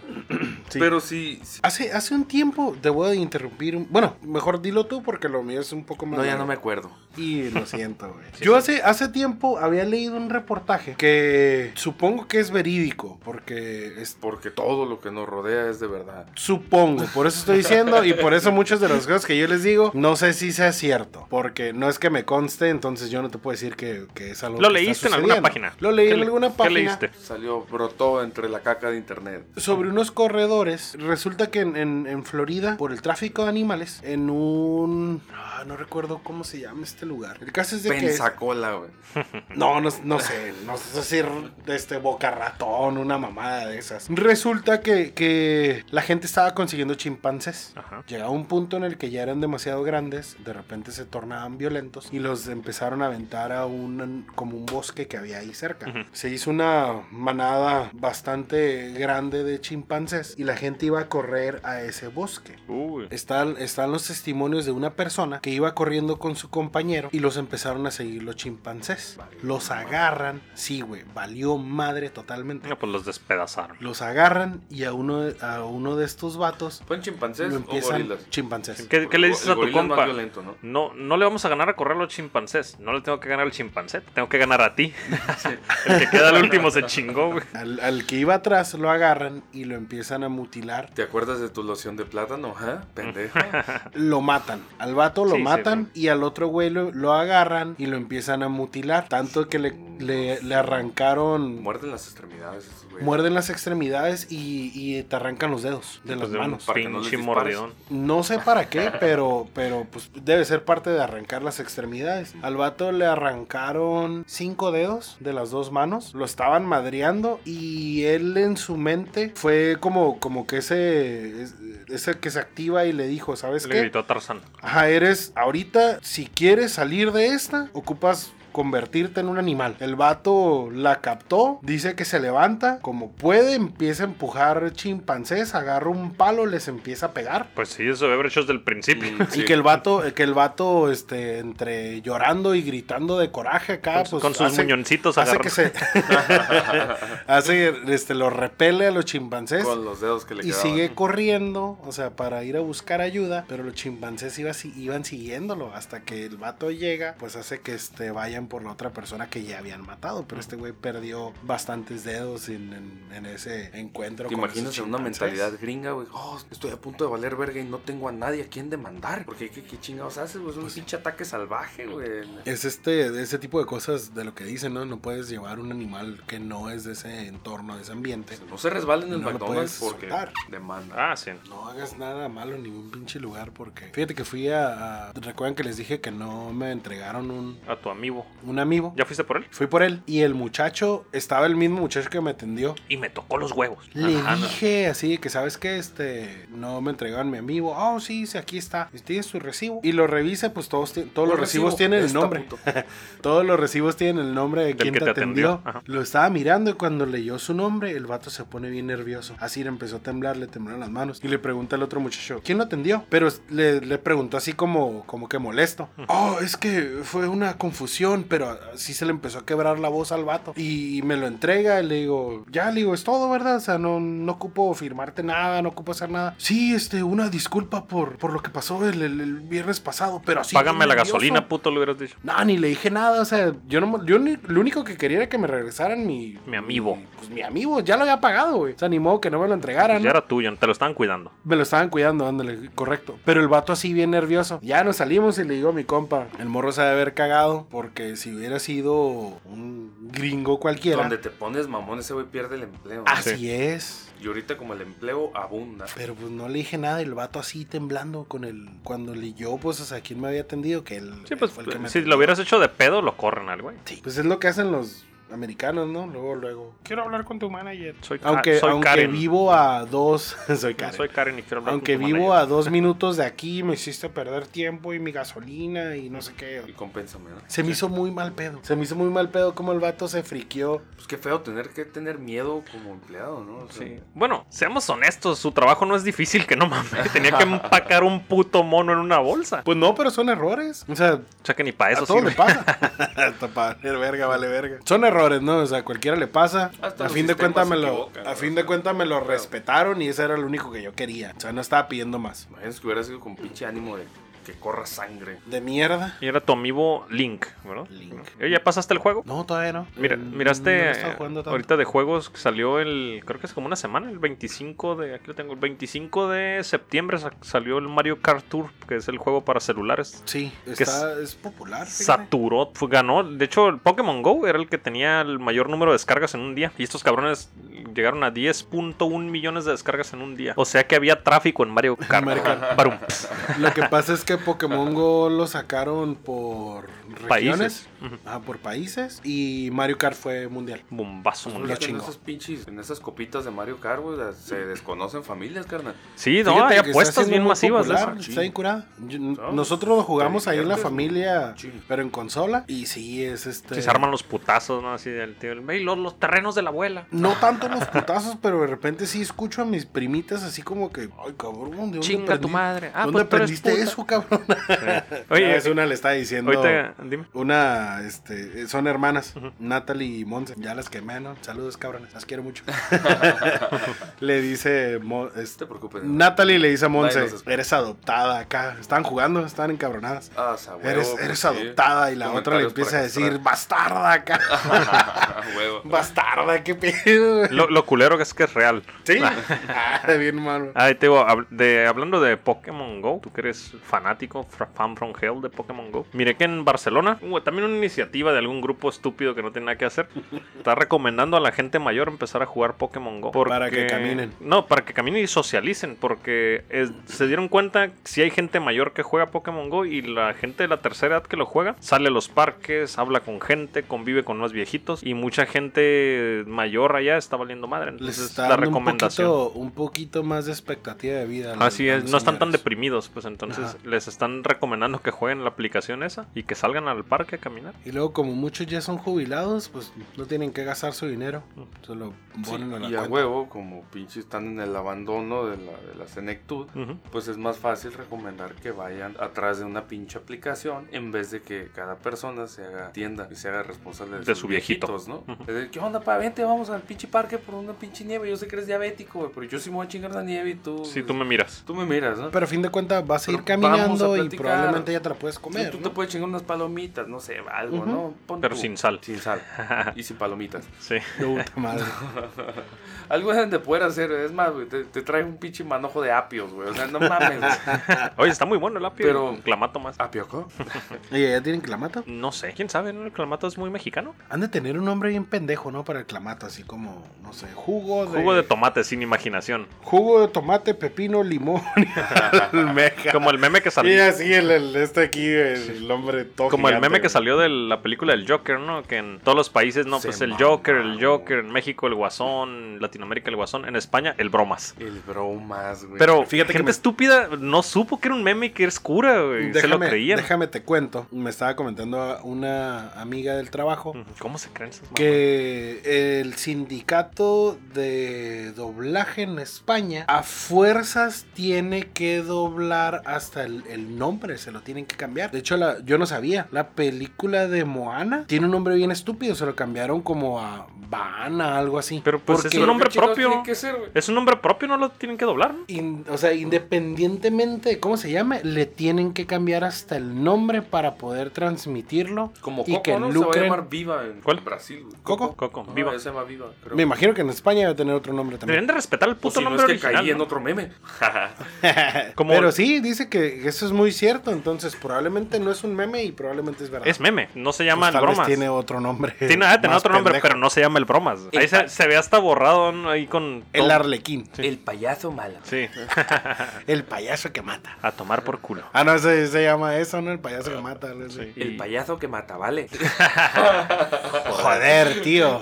Speaker 4: Sí.
Speaker 5: Pero sí, sí-
Speaker 4: Hace, hace un tiempo, debo de interrumpir. un- Bueno, mejor dilo tú porque lo mío es un poco más.
Speaker 5: No, ya
Speaker 4: largo.
Speaker 5: no me acuerdo.
Speaker 4: Y lo siento, güey. Yo hace, hace tiempo había leído un reportaje que supongo que es verídico, porque es,
Speaker 5: Porque todo lo que nos rodea es de verdad.
Speaker 4: supongo, por eso estoy diciendo y por eso muchas de las cosas que yo les digo, no sé si sea cierto, porque no es que me conste, entonces yo no te puedo decir que, que es algo
Speaker 3: Lo
Speaker 4: que está
Speaker 3: leíste en alguna
Speaker 4: sucediendo.
Speaker 3: página.
Speaker 4: Lo leí
Speaker 3: ¿Qué
Speaker 4: en
Speaker 3: le-
Speaker 4: alguna
Speaker 3: qué
Speaker 4: página.
Speaker 3: leíste?
Speaker 5: Salió, brotó entre la caca de internet.
Speaker 4: sobre unos corredores. Resulta que en, en- en Florida, por el tráfico de animales, en un. ah, no recuerdo cómo se llama este lugar. El caso es de
Speaker 5: Pensacola, güey.
Speaker 4: que. No, no, no sé. No sé decir este boca ratón, una mamada de esas. Resulta que, que la gente estaba consiguiendo chimpancés.
Speaker 3: Ajá.
Speaker 4: Llegaba un punto en el que ya eran demasiado grandes, de repente se tornaban violentos y los empezaron a aventar a un como un bosque que había ahí cerca.
Speaker 3: Ujú.
Speaker 4: Se hizo una manada bastante grande de chimpancés y la gente iba a correr a ese bosque.
Speaker 3: Uy.
Speaker 4: Están, están los testimonios de una persona que iba corriendo con su compañero y los empezaron a seguir los chimpancés. Los agarran, sí, güey, valió madre totalmente.
Speaker 3: No, pues los despedazaron.
Speaker 4: Los agarran y a uno, de- a uno de estos vatos
Speaker 5: ¿Fueron chimpancés
Speaker 4: lo
Speaker 5: o
Speaker 4: empiezan
Speaker 5: gorilas?
Speaker 4: chimpancés.
Speaker 3: ¿Qué, qué le
Speaker 5: El
Speaker 3: dices
Speaker 5: go-
Speaker 3: a tu
Speaker 5: el gorila es más
Speaker 3: compa?
Speaker 5: violento, ¿no?
Speaker 3: No, no le vamos a ganar a correr a los chimpancés. No le tengo que ganar al chimpancé. Tengo que ganar a ti. El que queda al último se chingó, güey.
Speaker 4: Al, al que iba atrás lo agarran y lo empiezan a mutilar.
Speaker 5: ¿Te acuerdas de tu loción de plátano? ¿Ah? Pendeja.
Speaker 4: Lo matan. Al vato lo
Speaker 3: Sí, sí,
Speaker 4: matan y al otro güey lo, lo agarran y lo empiezan a mutilar. Tanto que le, le- le arrancaron...
Speaker 5: Muerden las extremidades, esos güeyes.
Speaker 4: Muerden las extremidades y, y te arrancan los dedos de las
Speaker 3: Pues de un
Speaker 4: manos.
Speaker 5: para que no les
Speaker 3: pinche
Speaker 5: dispares.
Speaker 3: mordidón.
Speaker 4: No sé para qué, pero, pero pues debe ser parte de arrancar las extremidades. Al vato le arrancaron cinco dedos de las dos manos, lo estaban madreando y él en su mente fue como, como que ese, es- ese que se activa y le dijo, ¿sabes
Speaker 3: Le
Speaker 4: qué?
Speaker 3: gritó a Tarzán.
Speaker 4: Ajá, eres ahorita, si quieres salir de esta, ocupas convertirte en un animal. El vato la captó, dice que se levanta, como puede, empieza a empujar chimpancés, agarra un palo, les empieza a pegar.
Speaker 3: Pues sí, eso debe haber hecho desde el principio.
Speaker 5: Mm, sí.
Speaker 4: Y que el vato, que el vato, este, entre llorando y gritando de coraje acá,
Speaker 3: Con su-
Speaker 4: pues.
Speaker 3: con sus muñoncitos
Speaker 4: hace
Speaker 3: agarra-
Speaker 4: que se. hace, este, lo repele a los chimpancés.
Speaker 5: Con los dedos que le
Speaker 4: Y
Speaker 5: quedaban.
Speaker 4: sigue corriendo, o sea, para ir a buscar ayuda, pero los chimpancés iba si- iban siguiéndolo hasta que el vato llega, pues hace que este, vayan por la otra persona que ya habían matado, pero este güey perdió bastantes dedos en, en- en ese encuentro.
Speaker 5: ¿Te
Speaker 4: con
Speaker 5: imaginas
Speaker 4: esos
Speaker 5: en una
Speaker 4: chimpancés?
Speaker 5: mentalidad gringa, güey? Oh, estoy a punto de valer verga y no tengo a nadie a quien demandar. Porque qué, qué chingados haces, güey. Es un
Speaker 4: Pues
Speaker 5: pinche ataque salvaje, güey.
Speaker 4: Es este, ese tipo de cosas de lo que dicen, ¿no? No puedes llevar un animal que no es de ese entorno, de ese ambiente.
Speaker 5: No se resbalen en el
Speaker 4: No lo
Speaker 5: McDonald's
Speaker 4: puedes
Speaker 5: porque
Speaker 4: soltar.
Speaker 5: demanda.
Speaker 3: Ah, sí.
Speaker 4: No hagas nada malo en ningún pinche lugar porque... Fíjate que fui a... a- Recuerdan que les dije que no me entregaron un,
Speaker 3: A tu amigo.
Speaker 4: un amigo.
Speaker 3: ¿Ya fuiste por él?
Speaker 4: Fui por él y el muchacho, estaba el mismo muchacho que me atendió.
Speaker 3: Y me tocó los huevos.
Speaker 4: Le
Speaker 3: Ajá, no.
Speaker 4: dije así que sabes que este no me entregaron mi amigo. Oh, sí, sí, aquí está. Tiene su recibo. Y lo revisa, pues todos, ti- todos los
Speaker 5: Un
Speaker 4: recibos
Speaker 5: recibo,
Speaker 4: tienen el
Speaker 5: esta
Speaker 4: nombre.
Speaker 5: puto.
Speaker 4: Todos los recibos tienen el nombre de
Speaker 3: Del
Speaker 4: quien
Speaker 3: que
Speaker 4: te
Speaker 3: te
Speaker 4: atendió.
Speaker 3: atendió, ajá.
Speaker 4: Lo estaba mirando y cuando leyó su nombre, el vato se pone bien nervioso. Así le empezó a temblar, le temblaron las manos. Y le pregunta al otro muchacho, ¿quién lo atendió? Pero es- le, le preguntó así como, como que molesto. Oh, es que fue una confusión, pero así se le empezó a quebrar la voz al vato. Y me lo entrega y le digo, ya, le digo, es todo, ¿verdad? O sea, no, no ocupo firmarte nada, no ocupo hacer nada. Sí, este, una disculpa por, por lo que pasó el, el- el viernes pasado, pero así.
Speaker 3: Págame la
Speaker 4: nervioso".
Speaker 3: gasolina, puto, le hubieras dicho.
Speaker 4: No, ni le dije nada, o sea, yo no, yo ni- lo único que quería era que me regresaran mi...
Speaker 3: Mi amiibo.
Speaker 4: mi- pues mi amigo, ya lo había pagado, güey. O sea, ni modo que no me lo entregaran.
Speaker 3: Pues ya era tuyo, te lo estaban cuidando.
Speaker 4: Me lo estaban cuidando, ándale, correcto. Pero el vato así bien nervioso. Ya nos salimos y le digo a mi compa, el morro se ha de haber cagado, porque si hubiera sido un gringo cualquiera...
Speaker 5: Donde te pones mamón, ese güey pierde el empleo.
Speaker 4: Así
Speaker 3: Ah, Sí.
Speaker 4: es.
Speaker 5: Y ahorita como el empleo abunda.
Speaker 4: Pero pues no le dije nada, y el vato así temblando con el... Cuando leyó, pues, o sea, quién me había atendido, que él...
Speaker 3: Sí, pues
Speaker 4: fue el que me
Speaker 3: si
Speaker 4: atendió.
Speaker 3: lo hubieras hecho de pedo, lo corren al güey.
Speaker 4: Sí. Pues es lo que hacen los americanos, ¿no? Luego, luego. Quiero hablar con tu manager.
Speaker 3: Soy, Ka-
Speaker 4: Aunque,
Speaker 3: soy
Speaker 4: aunque
Speaker 3: Karen.
Speaker 4: vivo a dos. Ah, soy Karen.
Speaker 3: Soy Karen y quiero hablar
Speaker 4: aunque
Speaker 3: con tu
Speaker 4: vivo
Speaker 3: manager.
Speaker 4: a dos minutos de aquí, me hiciste perder tiempo y mi gasolina y no sé
Speaker 5: Y
Speaker 4: qué.
Speaker 5: compénsame, ¿no?
Speaker 4: Se me hizo muy mal pedo. Se me hizo muy mal pedo como el vato se friqueó.
Speaker 5: Pues qué feo tener que tener miedo como empleado, ¿no? O sea,
Speaker 3: Sí. Bueno, seamos honestos, su trabajo no es difícil, que no mames. Tenía que empacar un puto mono en una bolsa.
Speaker 4: Pues no, pero son errores. O sea,
Speaker 3: O sea que ni para
Speaker 4: a
Speaker 3: eso
Speaker 4: todos
Speaker 3: sirve.
Speaker 4: le pasa. Hasta para valer verga, vale verga. Son errores, ¿no? O sea, a cualquiera le pasa.
Speaker 5: Hasta
Speaker 4: a
Speaker 5: los
Speaker 4: fin de
Speaker 5: sistemas
Speaker 4: cuentas
Speaker 5: se
Speaker 4: me lo,
Speaker 5: equivocan,
Speaker 4: a
Speaker 5: ¿no?
Speaker 4: fin de cuentas me lo respetaron y eso era lo único que yo quería. O sea, no estaba pidiendo más.
Speaker 5: Imagínate que hubiera sido con pinche ánimo de que corra sangre.
Speaker 4: De mierda.
Speaker 3: Y era tu amigo Link, ¿verdad?
Speaker 4: Link.
Speaker 3: Oye, ¿Ya pasaste el juego?
Speaker 4: No, todavía no.
Speaker 3: Mira,
Speaker 4: Mm,
Speaker 3: miraste
Speaker 4: no he
Speaker 3: eh,
Speaker 4: estado jugando tanto.
Speaker 3: ahorita de juegos que salió el, creo que es como una semana, el 25 de, aquí lo tengo, el 25 de septiembre sa- salió el Mario Kart Tour, que es el juego para celulares.
Speaker 4: Sí,
Speaker 3: que
Speaker 4: está, es popular. fíjate.
Speaker 3: Saturó, fue- ganó. De hecho, el Pokémon Go era el que tenía el mayor número de descargas en un día. Y estos cabrones llegaron a 10.1 millones de descargas en un día. O sea que había tráfico en Mario Kart.
Speaker 4: Mario Kart.
Speaker 3: Barum, pss,
Speaker 4: Lo que pasa es que Pokémon Go lo sacaron por regiones,
Speaker 3: Países. Ujú.
Speaker 4: ah, por países, y Mario Kart fue mundial. Pues
Speaker 3: Bombazo mundial.
Speaker 5: Lo en
Speaker 4: chingó.
Speaker 5: esos pinches, en esas copitas de Mario Kart, güey, las- se desconocen familias, carnal.
Speaker 3: Sí, no,
Speaker 4: Fíjate
Speaker 3: hay
Speaker 4: que está
Speaker 3: apuestas
Speaker 4: siendo
Speaker 3: bien
Speaker 4: muy
Speaker 3: masivas. de
Speaker 4: popular,
Speaker 3: eso.
Speaker 5: eso.
Speaker 4: Está bien curada. Yo-
Speaker 5: No,
Speaker 4: Nosotros lo jugamos
Speaker 5: te
Speaker 4: ahí en la
Speaker 5: diviertes,
Speaker 4: familia,
Speaker 5: sí.
Speaker 4: pero en consola, y sí, es este...
Speaker 3: Sí, se arman los putazos, ¿no? Así del tío. "Ey, los, los terrenos de la abuela.
Speaker 4: No tanto los putazos, pero de repente sí escucho a mis primitas así como que, ay cabrón, ¿de dónde
Speaker 3: Chinga tu
Speaker 4: aprendi-
Speaker 3: madre. Ah,
Speaker 4: ¿Dónde
Speaker 3: pues tú eres
Speaker 4: aprendiste
Speaker 3: puta".
Speaker 4: eso, cabrón?
Speaker 3: Oye,
Speaker 4: Oye, es una le está diciendo.
Speaker 3: ahorita, dime.
Speaker 4: Una, este, son hermanas, Natalie y Monse. Ya las quemé, ¿no? Saludos, cabrones, las quiero mucho. le dice. Mo-
Speaker 5: No
Speaker 4: este,
Speaker 5: te preocupes.
Speaker 4: Natalie le dice a Monse:
Speaker 5: Nadie nos escucha.
Speaker 4: Eres adoptada acá. Están jugando, están encabronadas.
Speaker 5: Ah, sa huevo,
Speaker 4: Eres,
Speaker 5: pues,
Speaker 4: eres
Speaker 5: sí.
Speaker 4: adoptada y la otra le
Speaker 5: Comentarios
Speaker 4: empieza a
Speaker 5: para
Speaker 4: decir,
Speaker 5: castrar.
Speaker 4: bastarda acá.
Speaker 5: Ah, huevo.
Speaker 4: bastarda, qué pedo. güey.
Speaker 3: Lo, lo culero que es que es real.
Speaker 4: Sí, ah, bien malo.
Speaker 3: Ah, y te digo, hab- de, hablando de Pokémon Go, tú que eres fanático, fra- fan from hell de Pokémon Go, miré que en Barcelona, hubo también una iniciativa de algún grupo estúpido que no tiene nada que hacer, está recomendando a la gente mayor empezar a jugar Pokémon Go.
Speaker 4: Para que caminen.
Speaker 3: No, para que caminen y socialicen, porque es- se dieron cuenta si hay gente mayor que juega Pokémon Go y la gente de la tercera edad que lo juega sale a los parques, habla con gente, convive con más viejitos y mucha gente mayor allá está valiendo madre.
Speaker 4: Les
Speaker 3: Entonces,
Speaker 4: está
Speaker 3: la
Speaker 4: dando un
Speaker 3: recomendación.
Speaker 4: poquito, un poquito más de expectativa de vida. a los-
Speaker 3: Así
Speaker 4: a
Speaker 3: Ah, es,
Speaker 4: los
Speaker 3: no están tan
Speaker 4: señores.
Speaker 3: deprimidos, pues entonces
Speaker 4: Ajá.
Speaker 3: les están recomendando que jueguen la aplicación esa y que salgan al parque a caminar.
Speaker 4: Y luego, como muchos ya son jubilados, pues no tienen que gastar su dinero. Se lo
Speaker 5: Sí,
Speaker 4: ponen a la
Speaker 5: y a
Speaker 4: cuenta.
Speaker 5: huevo, como pinches están en el abandono de la, de la senectud,
Speaker 3: Ujú.
Speaker 5: pues es más fácil recomendar que vayan atrás de una pinche aplicación en vez de que cada persona se haga tienda y se haga responsable de,
Speaker 3: De
Speaker 5: sus
Speaker 3: su viejito.
Speaker 5: viejitos, ¿no?
Speaker 3: Ujú.
Speaker 5: Es de, ¿Qué onda, pa? Vente, vamos al pinche parque por una pinche nieve. Yo sé que eres diabético, güey, pero yo sí me voy a chingar la nieve y tú.
Speaker 3: Si tú me miras.
Speaker 5: tú me miras, ¿no?
Speaker 4: Pero a fin de cuentas vas a
Speaker 5: Pero
Speaker 4: ir
Speaker 5: vamos a
Speaker 4: caminando y
Speaker 5: platicar.
Speaker 4: probablemente ya te la puedes
Speaker 5: Sí,
Speaker 4: comer.
Speaker 5: tú
Speaker 4: ¿no?
Speaker 5: te puedes chingar unas palomitas, no sé, algo,
Speaker 4: Ujú.
Speaker 5: ¿no? Pon
Speaker 3: Pero
Speaker 5: tú.
Speaker 3: sin sal.
Speaker 5: Sin sal. y sin palomitas.
Speaker 3: Sí.
Speaker 4: Puta madre.
Speaker 5: Algo es donde poder hacer, es más, güey, te, te trae un pinche manojo de apios, güey. O sea, no mames. güey.
Speaker 3: Oye, está muy bueno el apio.
Speaker 5: Pero- ah.
Speaker 3: Pero clamato más.
Speaker 5: ¿Apioco?
Speaker 4: Oye, ¿ya tienen clamato?
Speaker 3: No sé, quién sabe, ¿no? El clamato es muy mexicano.
Speaker 4: Han de tener un nombre bien pendejo, ¿no? Para el clamato, así como, no sé, jugo de.
Speaker 3: Jugo de tomate sin imaginación.
Speaker 4: jugo de tomate, pepino, limón y almeja.
Speaker 3: Como el meme que
Speaker 4: Y
Speaker 3: salió.
Speaker 4: así el, el- este aquí, el, hombre todo
Speaker 3: Como el
Speaker 4: gigante,
Speaker 3: meme que
Speaker 4: güey.
Speaker 3: salió de la película del Joker, ¿no? Que en todos los países, no,
Speaker 5: Se
Speaker 3: pues el
Speaker 5: mamaron.
Speaker 3: Joker, el Joker, en México el Guasón, en Latinoamérica el Guasón, en España el Bromas.
Speaker 5: El bromas, güey.
Speaker 3: Pero
Speaker 4: Fíjate que
Speaker 3: gente
Speaker 4: me-
Speaker 3: estúpida no supo que era un meme y que es cura, güey. Se lo
Speaker 4: Déjame,
Speaker 3: creían.
Speaker 4: déjame te cuento. Me estaba comentando a una amiga del trabajo
Speaker 3: Ujú. ¿Cómo se creen esas mamadas?
Speaker 4: que el sindicato de doblaje en España a fuerzas tiene que doblar hasta el, el nombre, se lo tienen que cambiar. De hecho, la- yo no sabía. La película de Moana tiene un nombre bien estúpido, se lo cambiaron como a Baana, algo así.
Speaker 3: Pero pues
Speaker 4: Porque-
Speaker 3: es un nombre
Speaker 5: ¿Qué chingados
Speaker 3: propio.
Speaker 5: tiene que ser, güey?
Speaker 3: Es un nombre propio, no lo tienen que doblar. ¿no?
Speaker 4: in- o sea, independientemente de cómo se llame, le tienen que cambiar hasta el nombre para poder transmitirlo
Speaker 5: Como
Speaker 4: y
Speaker 5: Coco,
Speaker 4: que
Speaker 5: ¿no? Se va a
Speaker 4: lucren.
Speaker 5: llamar Viva en
Speaker 3: ¿Cuál?
Speaker 5: Brasil, güey.
Speaker 4: ¿Coco?
Speaker 3: Coco,
Speaker 5: Ah,
Speaker 3: viva.
Speaker 5: Se llama Viva, creo.
Speaker 4: Me imagino que en España debe tener otro nombre
Speaker 3: Deberían
Speaker 4: también.
Speaker 3: de respetar el
Speaker 5: O
Speaker 3: puto
Speaker 5: si no es
Speaker 3: nombre
Speaker 5: que
Speaker 3: original.
Speaker 5: caí en
Speaker 3: ¿no?
Speaker 5: otro meme.
Speaker 3: Como-
Speaker 4: Pero sí, dice que eso es muy cierto, entonces probablemente no es un meme y probablemente es verdad.
Speaker 3: Es meme, no se
Speaker 4: Pues
Speaker 3: llama
Speaker 4: tal
Speaker 3: el
Speaker 4: vez
Speaker 3: bromas.
Speaker 4: tiene
Speaker 3: Tiene,
Speaker 4: otro nombre.
Speaker 3: ha de tener
Speaker 4: más
Speaker 3: otro nombre,
Speaker 4: pendejo.
Speaker 3: pero no se llama el bromas. Ahí se, se ve hasta borrado ¿no? ahí con.
Speaker 4: El
Speaker 3: todo.
Speaker 4: arlequín,
Speaker 5: El payaso malo.
Speaker 3: Sí,
Speaker 4: el payaso que mata.
Speaker 3: a tomar por culo.
Speaker 4: Ah, no, se, se llama eso, ¿no? El payaso que mata. algo así.
Speaker 3: Y-
Speaker 5: payaso que mata, vale.
Speaker 4: Joder, tío.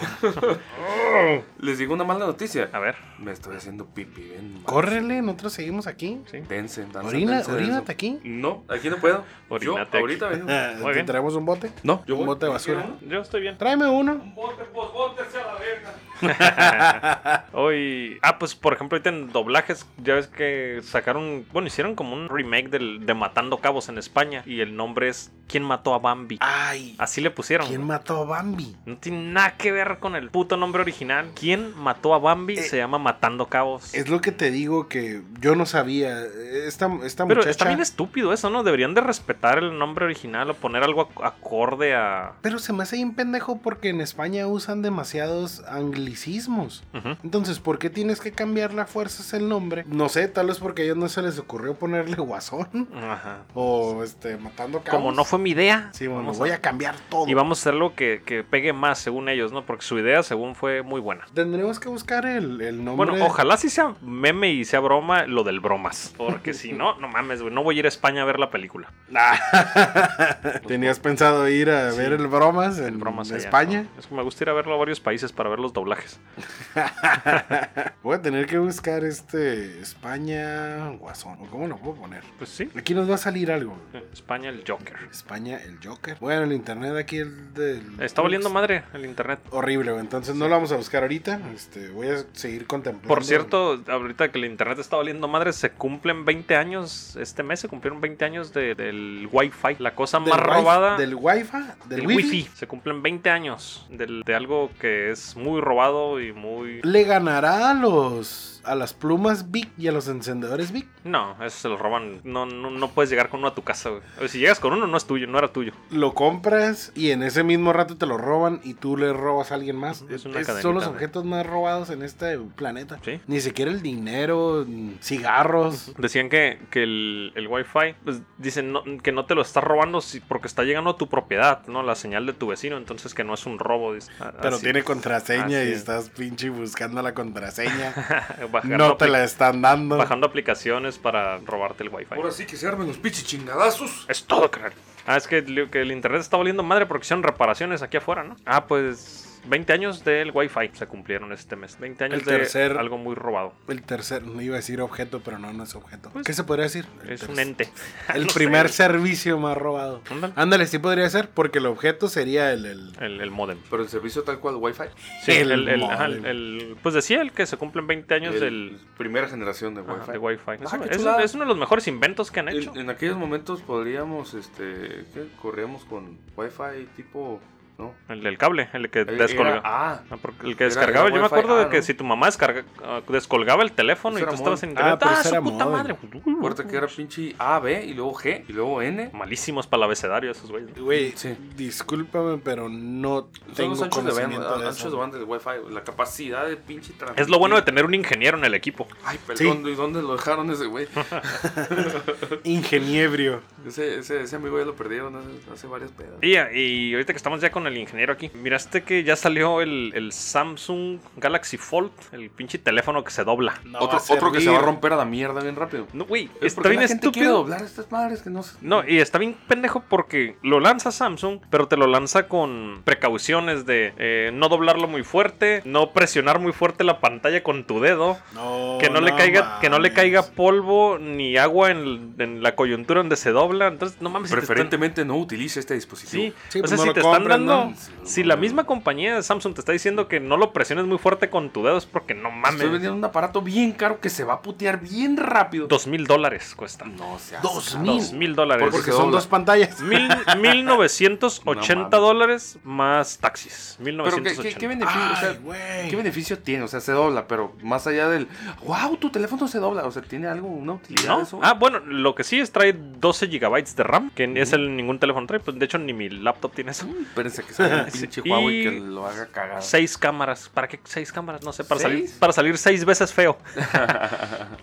Speaker 5: Les digo una mala noticia.
Speaker 3: A ver,
Speaker 5: Me estoy haciendo pipi, ven.
Speaker 4: Córrele, nosotros seguimos aquí.
Speaker 3: sí.
Speaker 5: Dense, danza,
Speaker 4: Orina-
Speaker 5: dense,
Speaker 4: orínate
Speaker 5: dense.
Speaker 4: aquí.
Speaker 5: No, aquí no puedo.
Speaker 3: Orínate
Speaker 5: Yo,
Speaker 3: aquí.
Speaker 5: ahorita vengo.
Speaker 4: Ah,
Speaker 3: Muy
Speaker 4: ¿Te
Speaker 3: bien.
Speaker 4: traemos un bote?
Speaker 5: No, yo
Speaker 4: Un
Speaker 5: voy.
Speaker 4: bote de basura.
Speaker 3: Yo estoy bien.
Speaker 4: Tráeme uno.
Speaker 5: Bote, pues bótese a la verga.
Speaker 3: Hoy. Ah, pues por ejemplo, ahorita en doblajes, ya ves que sacaron. Bueno, hicieron como un remake del, de Matando Cabos en España. Y el nombre es ¿Quién mató a Bambi?
Speaker 4: Ay,
Speaker 3: Así le pusieron.
Speaker 4: Ah, ¿quién
Speaker 3: güey.
Speaker 4: mató a Bambi?
Speaker 3: No tiene nada que ver con el puto nombre original. ¿Quién mató a Bambi?
Speaker 4: Eh,
Speaker 3: se llama Matando Cabos.
Speaker 4: Es lo que te digo que yo no sabía. Esta, esta
Speaker 3: Pero
Speaker 4: muchacha.
Speaker 3: está bien estúpido eso, ¿no? Deberían de respetar el nombre original o poner algo ac- acorde a...
Speaker 4: Pero se me hace bien pendejo porque en España usan demasiados anglicismos.
Speaker 3: Ujú.
Speaker 4: Entonces, ¿por qué tienes que cambiarle a fuerzas el nombre? No sé, tal vez porque a ellos no se les ocurrió ponerle guasón.
Speaker 3: Ajá.
Speaker 4: O este, matando cabos.
Speaker 3: Como no fue mi idea.
Speaker 4: Sí, bueno,
Speaker 3: vamos
Speaker 4: voy a cambiar todo.
Speaker 3: Y vamos a hacer lo que, que pegue más según ellos, ¿no? Porque su idea, según fue muy buena.
Speaker 4: Tendremos que buscar el, el nombre.
Speaker 3: Bueno, ojalá sí sea meme y sea broma lo del bromas. Porque si no, no mames, güey. No voy a ir a España a ver la película.
Speaker 4: Ah, Tenías pensado ir a
Speaker 3: Sí.
Speaker 4: ver el bromas en
Speaker 3: El bromas allá,
Speaker 4: España.
Speaker 3: ¿no? Es que me gusta ir a verlo a varios países para ver los doblajes.
Speaker 4: Voy a tener que buscar este España Guasón. ¿o ¿Cómo lo puedo poner?
Speaker 3: Pues sí.
Speaker 4: Aquí nos va a salir algo.
Speaker 3: Eh, España, el Joker.
Speaker 4: España, el Joker. Bueno, el internet aquí el del.
Speaker 3: Está valiendo madre el internet.
Speaker 4: Horrible, güey. entonces no lo vamos a buscar ahorita. Este, voy a seguir contemplando.
Speaker 3: Por cierto, ahorita que el internet está valiendo madre, se cumplen 20 años. Este mes se cumplieron 20 años de- del Wi-Fi. La cosa
Speaker 4: Del
Speaker 3: más
Speaker 4: wi-
Speaker 3: robada.
Speaker 4: Del Wi-Fi, del,
Speaker 3: del
Speaker 4: wifi.
Speaker 3: wifi. Se cumplen 20 años del- de algo que es muy robado y muy...
Speaker 4: Le ganará a los. a las plumas Big y a los encendedores Big.
Speaker 3: No, eso se lo roban. No, no, no puedes llegar con uno a tu casa, güey. O Si llegas con uno, no es tuyo, no era tuyo.
Speaker 4: Lo compras y en ese mismo rato te lo roban y tú le robas a alguien más.
Speaker 3: Es una cadenita,
Speaker 4: son los
Speaker 3: güey.
Speaker 4: objetos más robados en este planeta.
Speaker 3: Sí.
Speaker 4: Ni siquiera el dinero, mm, cigarros.
Speaker 3: Decían que, que el, el Wi-Fi, pues dicen no- que no te lo está robando si- porque está llegando a tu propiedad, ¿no? La señal de tu vecino, entonces que no es un robo. dice. A-
Speaker 4: Pero
Speaker 3: así
Speaker 4: tiene
Speaker 3: es.
Speaker 4: contraseña
Speaker 3: Así
Speaker 4: y
Speaker 3: es.
Speaker 4: estás pinche buscando la contraseña.
Speaker 3: bajando,
Speaker 4: no te
Speaker 3: apli-
Speaker 4: la están dando.
Speaker 3: bajando aplicaciones para robarte el Wi-Fi.
Speaker 5: Ahora sí que se armen los pichis chingadazos.
Speaker 3: Es todo, carnal. Ah, es que, le- que el internet está valiendo madre porque hicieron reparaciones aquí afuera, ¿no? Ah, pues 20 años del Wi-Fi se cumplieron este mes. 20 años
Speaker 4: El
Speaker 3: de
Speaker 4: tercer-
Speaker 3: algo muy robado.
Speaker 4: El tercer, no iba a decir objeto, pero no, no es objeto.
Speaker 3: Pues,
Speaker 4: ¿Qué se podría decir? El
Speaker 3: Es un
Speaker 4: tercer-
Speaker 3: ente.
Speaker 4: El
Speaker 3: No sé,
Speaker 4: primer servicio más robado.
Speaker 3: Ándale.
Speaker 4: Ándale, sí podría ser, porque el objeto sería el. el-
Speaker 3: El, el modem.
Speaker 5: Pero el servicio tal cual Wi-Fi.
Speaker 3: Sí, el,
Speaker 4: El
Speaker 3: el- ajá, el-
Speaker 4: módem.
Speaker 3: el- pues decía el que se cumplen 20 años
Speaker 5: El-
Speaker 3: del
Speaker 5: Primera generación de
Speaker 3: ajá,
Speaker 5: Wi-Fi.
Speaker 3: de Wi-Fi. Eso-
Speaker 5: Ah, qué
Speaker 3: eso
Speaker 5: chulada.
Speaker 3: es uno de los mejores inventos que han hecho.
Speaker 5: En, en aquellos momentos podríamos, este, ¿qué? Corríamos con Wi-Fi tipo, ¿no?
Speaker 3: El del cable, el que
Speaker 5: Eh, Era-
Speaker 3: descolga.
Speaker 5: ah,
Speaker 3: Ah, porque el que
Speaker 5: Era-
Speaker 3: descargaba,
Speaker 5: era
Speaker 3: yo me
Speaker 5: Wi-Fi,
Speaker 3: acuerdo de
Speaker 5: ah,
Speaker 3: que
Speaker 5: ¿no?
Speaker 3: si tu mamá descarga- ah, descolgaba el teléfono
Speaker 5: Eso
Speaker 3: y tú
Speaker 5: Pues era
Speaker 3: estabas en
Speaker 5: modem.
Speaker 3: internet,
Speaker 4: Ah, pero
Speaker 3: ¡ah,
Speaker 4: eso
Speaker 3: su
Speaker 4: era
Speaker 3: puta
Speaker 4: modem.
Speaker 3: madre!
Speaker 5: Acuérdate que era pinche A, B, y luego G, y luego N.
Speaker 3: Malísimos para el abecedario esos güeyes.
Speaker 4: Güey,
Speaker 5: Sí.
Speaker 4: discúlpame, pero no
Speaker 5: Son los
Speaker 4: tengo
Speaker 5: anchos de
Speaker 4: conocimiento
Speaker 5: banda,
Speaker 4: de eso.
Speaker 5: anchos de banda del Wi-Fi, güey. la capacidad de pinche transmitir.
Speaker 3: Es lo bueno de tener un ingeniero en el equipo.
Speaker 5: Ay,
Speaker 4: Sí.
Speaker 5: perdón, ¿y dónde lo dejaron ese güey?
Speaker 4: Ingeniebrio.
Speaker 5: Ese, ese, ese amigo ya lo perdieron hace, hace varias pedas.
Speaker 3: Y, y ahorita que estamos ya con el ingeniero aquí, miraste que ya salió el, el Samsung Galaxy Fold, el pinche teléfono que se dobla.
Speaker 4: No
Speaker 5: otro,
Speaker 4: va a
Speaker 5: otro que se va a
Speaker 4: servir.
Speaker 5: romper a la mierda bien rápido.
Speaker 3: No, güey,
Speaker 5: Es
Speaker 3: Mm, está
Speaker 5: porque
Speaker 3: bien
Speaker 5: la gente quiere
Speaker 3: estúpido.
Speaker 5: doblar estas madres que no se...
Speaker 3: No, y está bien pendejo porque lo lanza Samsung, pero te lo lanza con precauciones de eh, no doblarlo muy fuerte, no presionar muy fuerte la pantalla con tu dedo. que no, le caiga que no le caiga
Speaker 4: Oh, mames.
Speaker 3: polvo ni agua en, en la coyuntura donde se dobla entonces no mames si te están-
Speaker 5: Preferentemente no utilice este
Speaker 3: sí,
Speaker 5: dispositivo.
Speaker 4: Sí,
Speaker 3: o
Speaker 4: pues
Speaker 3: sea
Speaker 4: no
Speaker 3: si
Speaker 4: lo
Speaker 3: te están
Speaker 4: compren,
Speaker 3: dando
Speaker 4: ¿no?
Speaker 5: Sí,
Speaker 3: si
Speaker 5: no
Speaker 3: la
Speaker 5: mames.
Speaker 3: misma compañía de Samsung te está diciendo que no lo presiones muy fuerte con tu dedo es porque no
Speaker 5: Estoy
Speaker 3: mames
Speaker 5: vendiendo un aparato bien caro que se va a putear bien rápido.
Speaker 3: dos mil dólares cuesta
Speaker 5: No seas.
Speaker 4: Dos
Speaker 5: cabrón.
Speaker 4: mil.
Speaker 3: dos mil dólares
Speaker 5: Porque
Speaker 4: Porque
Speaker 5: se
Speaker 4: son
Speaker 5: dobla.
Speaker 4: dos pantallas.
Speaker 3: mil mil novecientos ochenta
Speaker 5: No mames.
Speaker 3: dólares más taxis mil
Speaker 5: Pero ¿qué,
Speaker 3: novecientos
Speaker 5: qué- qué
Speaker 3: ochenta
Speaker 5: beneficio, o sea,
Speaker 4: Ay, güey.
Speaker 5: ¿qué beneficio tiene? O sea, se dobla, pero más allá del. ¡Wow! Tu teléfono se dobla. O sea, ¿tiene algo, una utilidad
Speaker 3: ¿No?
Speaker 5: eso?
Speaker 3: Ah, bueno, lo que sí es trae 12 GB de RAM, que es el ningún teléfono trae, pues de hecho ni mi laptop tiene eso.
Speaker 5: Espérense que sea un
Speaker 3: Sí,
Speaker 5: pinche
Speaker 3: y-
Speaker 5: Huawei que lo haga Ah, cagar.
Speaker 3: Seis cámaras. ¿Para qué seis cámaras? No sé, para salir,
Speaker 5: ¿Seis?
Speaker 3: para salir seis veces feo.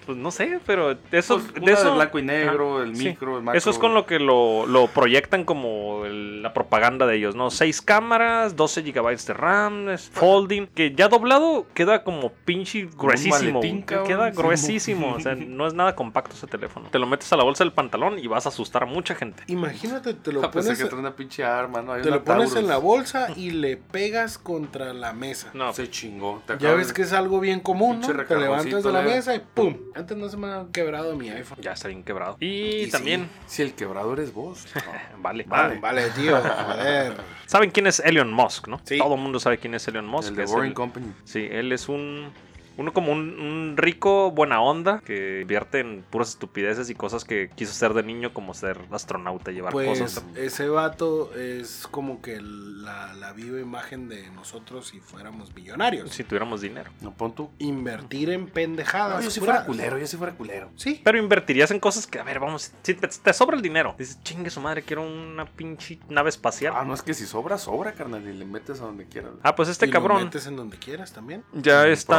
Speaker 3: pues no sé, pero eso,
Speaker 5: Pues, una
Speaker 3: de
Speaker 5: de
Speaker 3: eso.
Speaker 5: blanco y negro,
Speaker 3: Ajá,
Speaker 5: el
Speaker 3: sí.
Speaker 5: micro, el macro.
Speaker 3: Eso es con lo que lo, lo proyectan como el- la propaganda de ellos, ¿no? Seis cámaras, 12 GB de RAM, es folding, que ya doblado queda como pinche
Speaker 5: un
Speaker 3: gruesísimo.
Speaker 5: maletín,
Speaker 3: que
Speaker 5: cabrón.
Speaker 3: queda
Speaker 5: Sí, mo-
Speaker 3: gruesísimo. o sea, no es nada compacto ese teléfono. Te lo metes a la bolsa del pantalón y vas a asustar a mucha gente.
Speaker 4: Imagínate, te
Speaker 5: Ah,
Speaker 4: lo
Speaker 5: pensé
Speaker 4: pones,
Speaker 5: que trae una pinche arma, ¿no? Hay
Speaker 4: te
Speaker 5: una
Speaker 4: lo pones
Speaker 5: Taurus.
Speaker 4: en la bolsa y le pegas contra la mesa.
Speaker 3: No,
Speaker 5: Se chingó. te
Speaker 4: Ya
Speaker 5: acabas
Speaker 4: ves
Speaker 5: de-
Speaker 4: que es algo bien común,
Speaker 5: Pinche
Speaker 4: ¿no? Te levantas de la
Speaker 5: recajoncito,
Speaker 4: mesa y ¡pum! Antes no se me ha quebrado mi iPhone.
Speaker 3: ya está bien quebrado. Y,
Speaker 4: sí.
Speaker 3: también.
Speaker 5: Si el quebrado eres vos.
Speaker 3: Vale,
Speaker 4: Vale, vale, tío. Joder.
Speaker 3: ¿Saben quién es Elon Musk, no?
Speaker 4: Sí.
Speaker 3: Todo el mundo sabe quién es Elon Musk.
Speaker 5: el de
Speaker 3: es
Speaker 5: Boring
Speaker 3: el-
Speaker 5: Company.
Speaker 3: sí, él es un Uno como un, un rico buena onda que invierte en puras estupideces y cosas que quiso ser de niño, como ser astronauta, llevar
Speaker 4: Pues
Speaker 3: cosas.
Speaker 4: ese vato es como que la, la viva imagen de nosotros si fuéramos millonarios.
Speaker 3: Si tuviéramos dinero.
Speaker 5: No, pon tú.
Speaker 4: Invertir en
Speaker 5: No,
Speaker 3: Ah,
Speaker 4: pendejadas.
Speaker 5: yo si
Speaker 4: puras.
Speaker 5: fuera culero, yo si fuera culero.
Speaker 4: Sí.
Speaker 3: Pero invertirías en cosas que, a ver, vamos, si te, te sobra el dinero. Dices, chingue su madre, quiero una pinche nave espacial.
Speaker 5: Ah, no, es que si sobra, sobra, carnal, y le metes a donde quieras.
Speaker 3: Ah, pues este
Speaker 4: Y lo
Speaker 3: cabrón
Speaker 4: metes en donde quieras también.
Speaker 3: ya
Speaker 5: Sí,
Speaker 3: está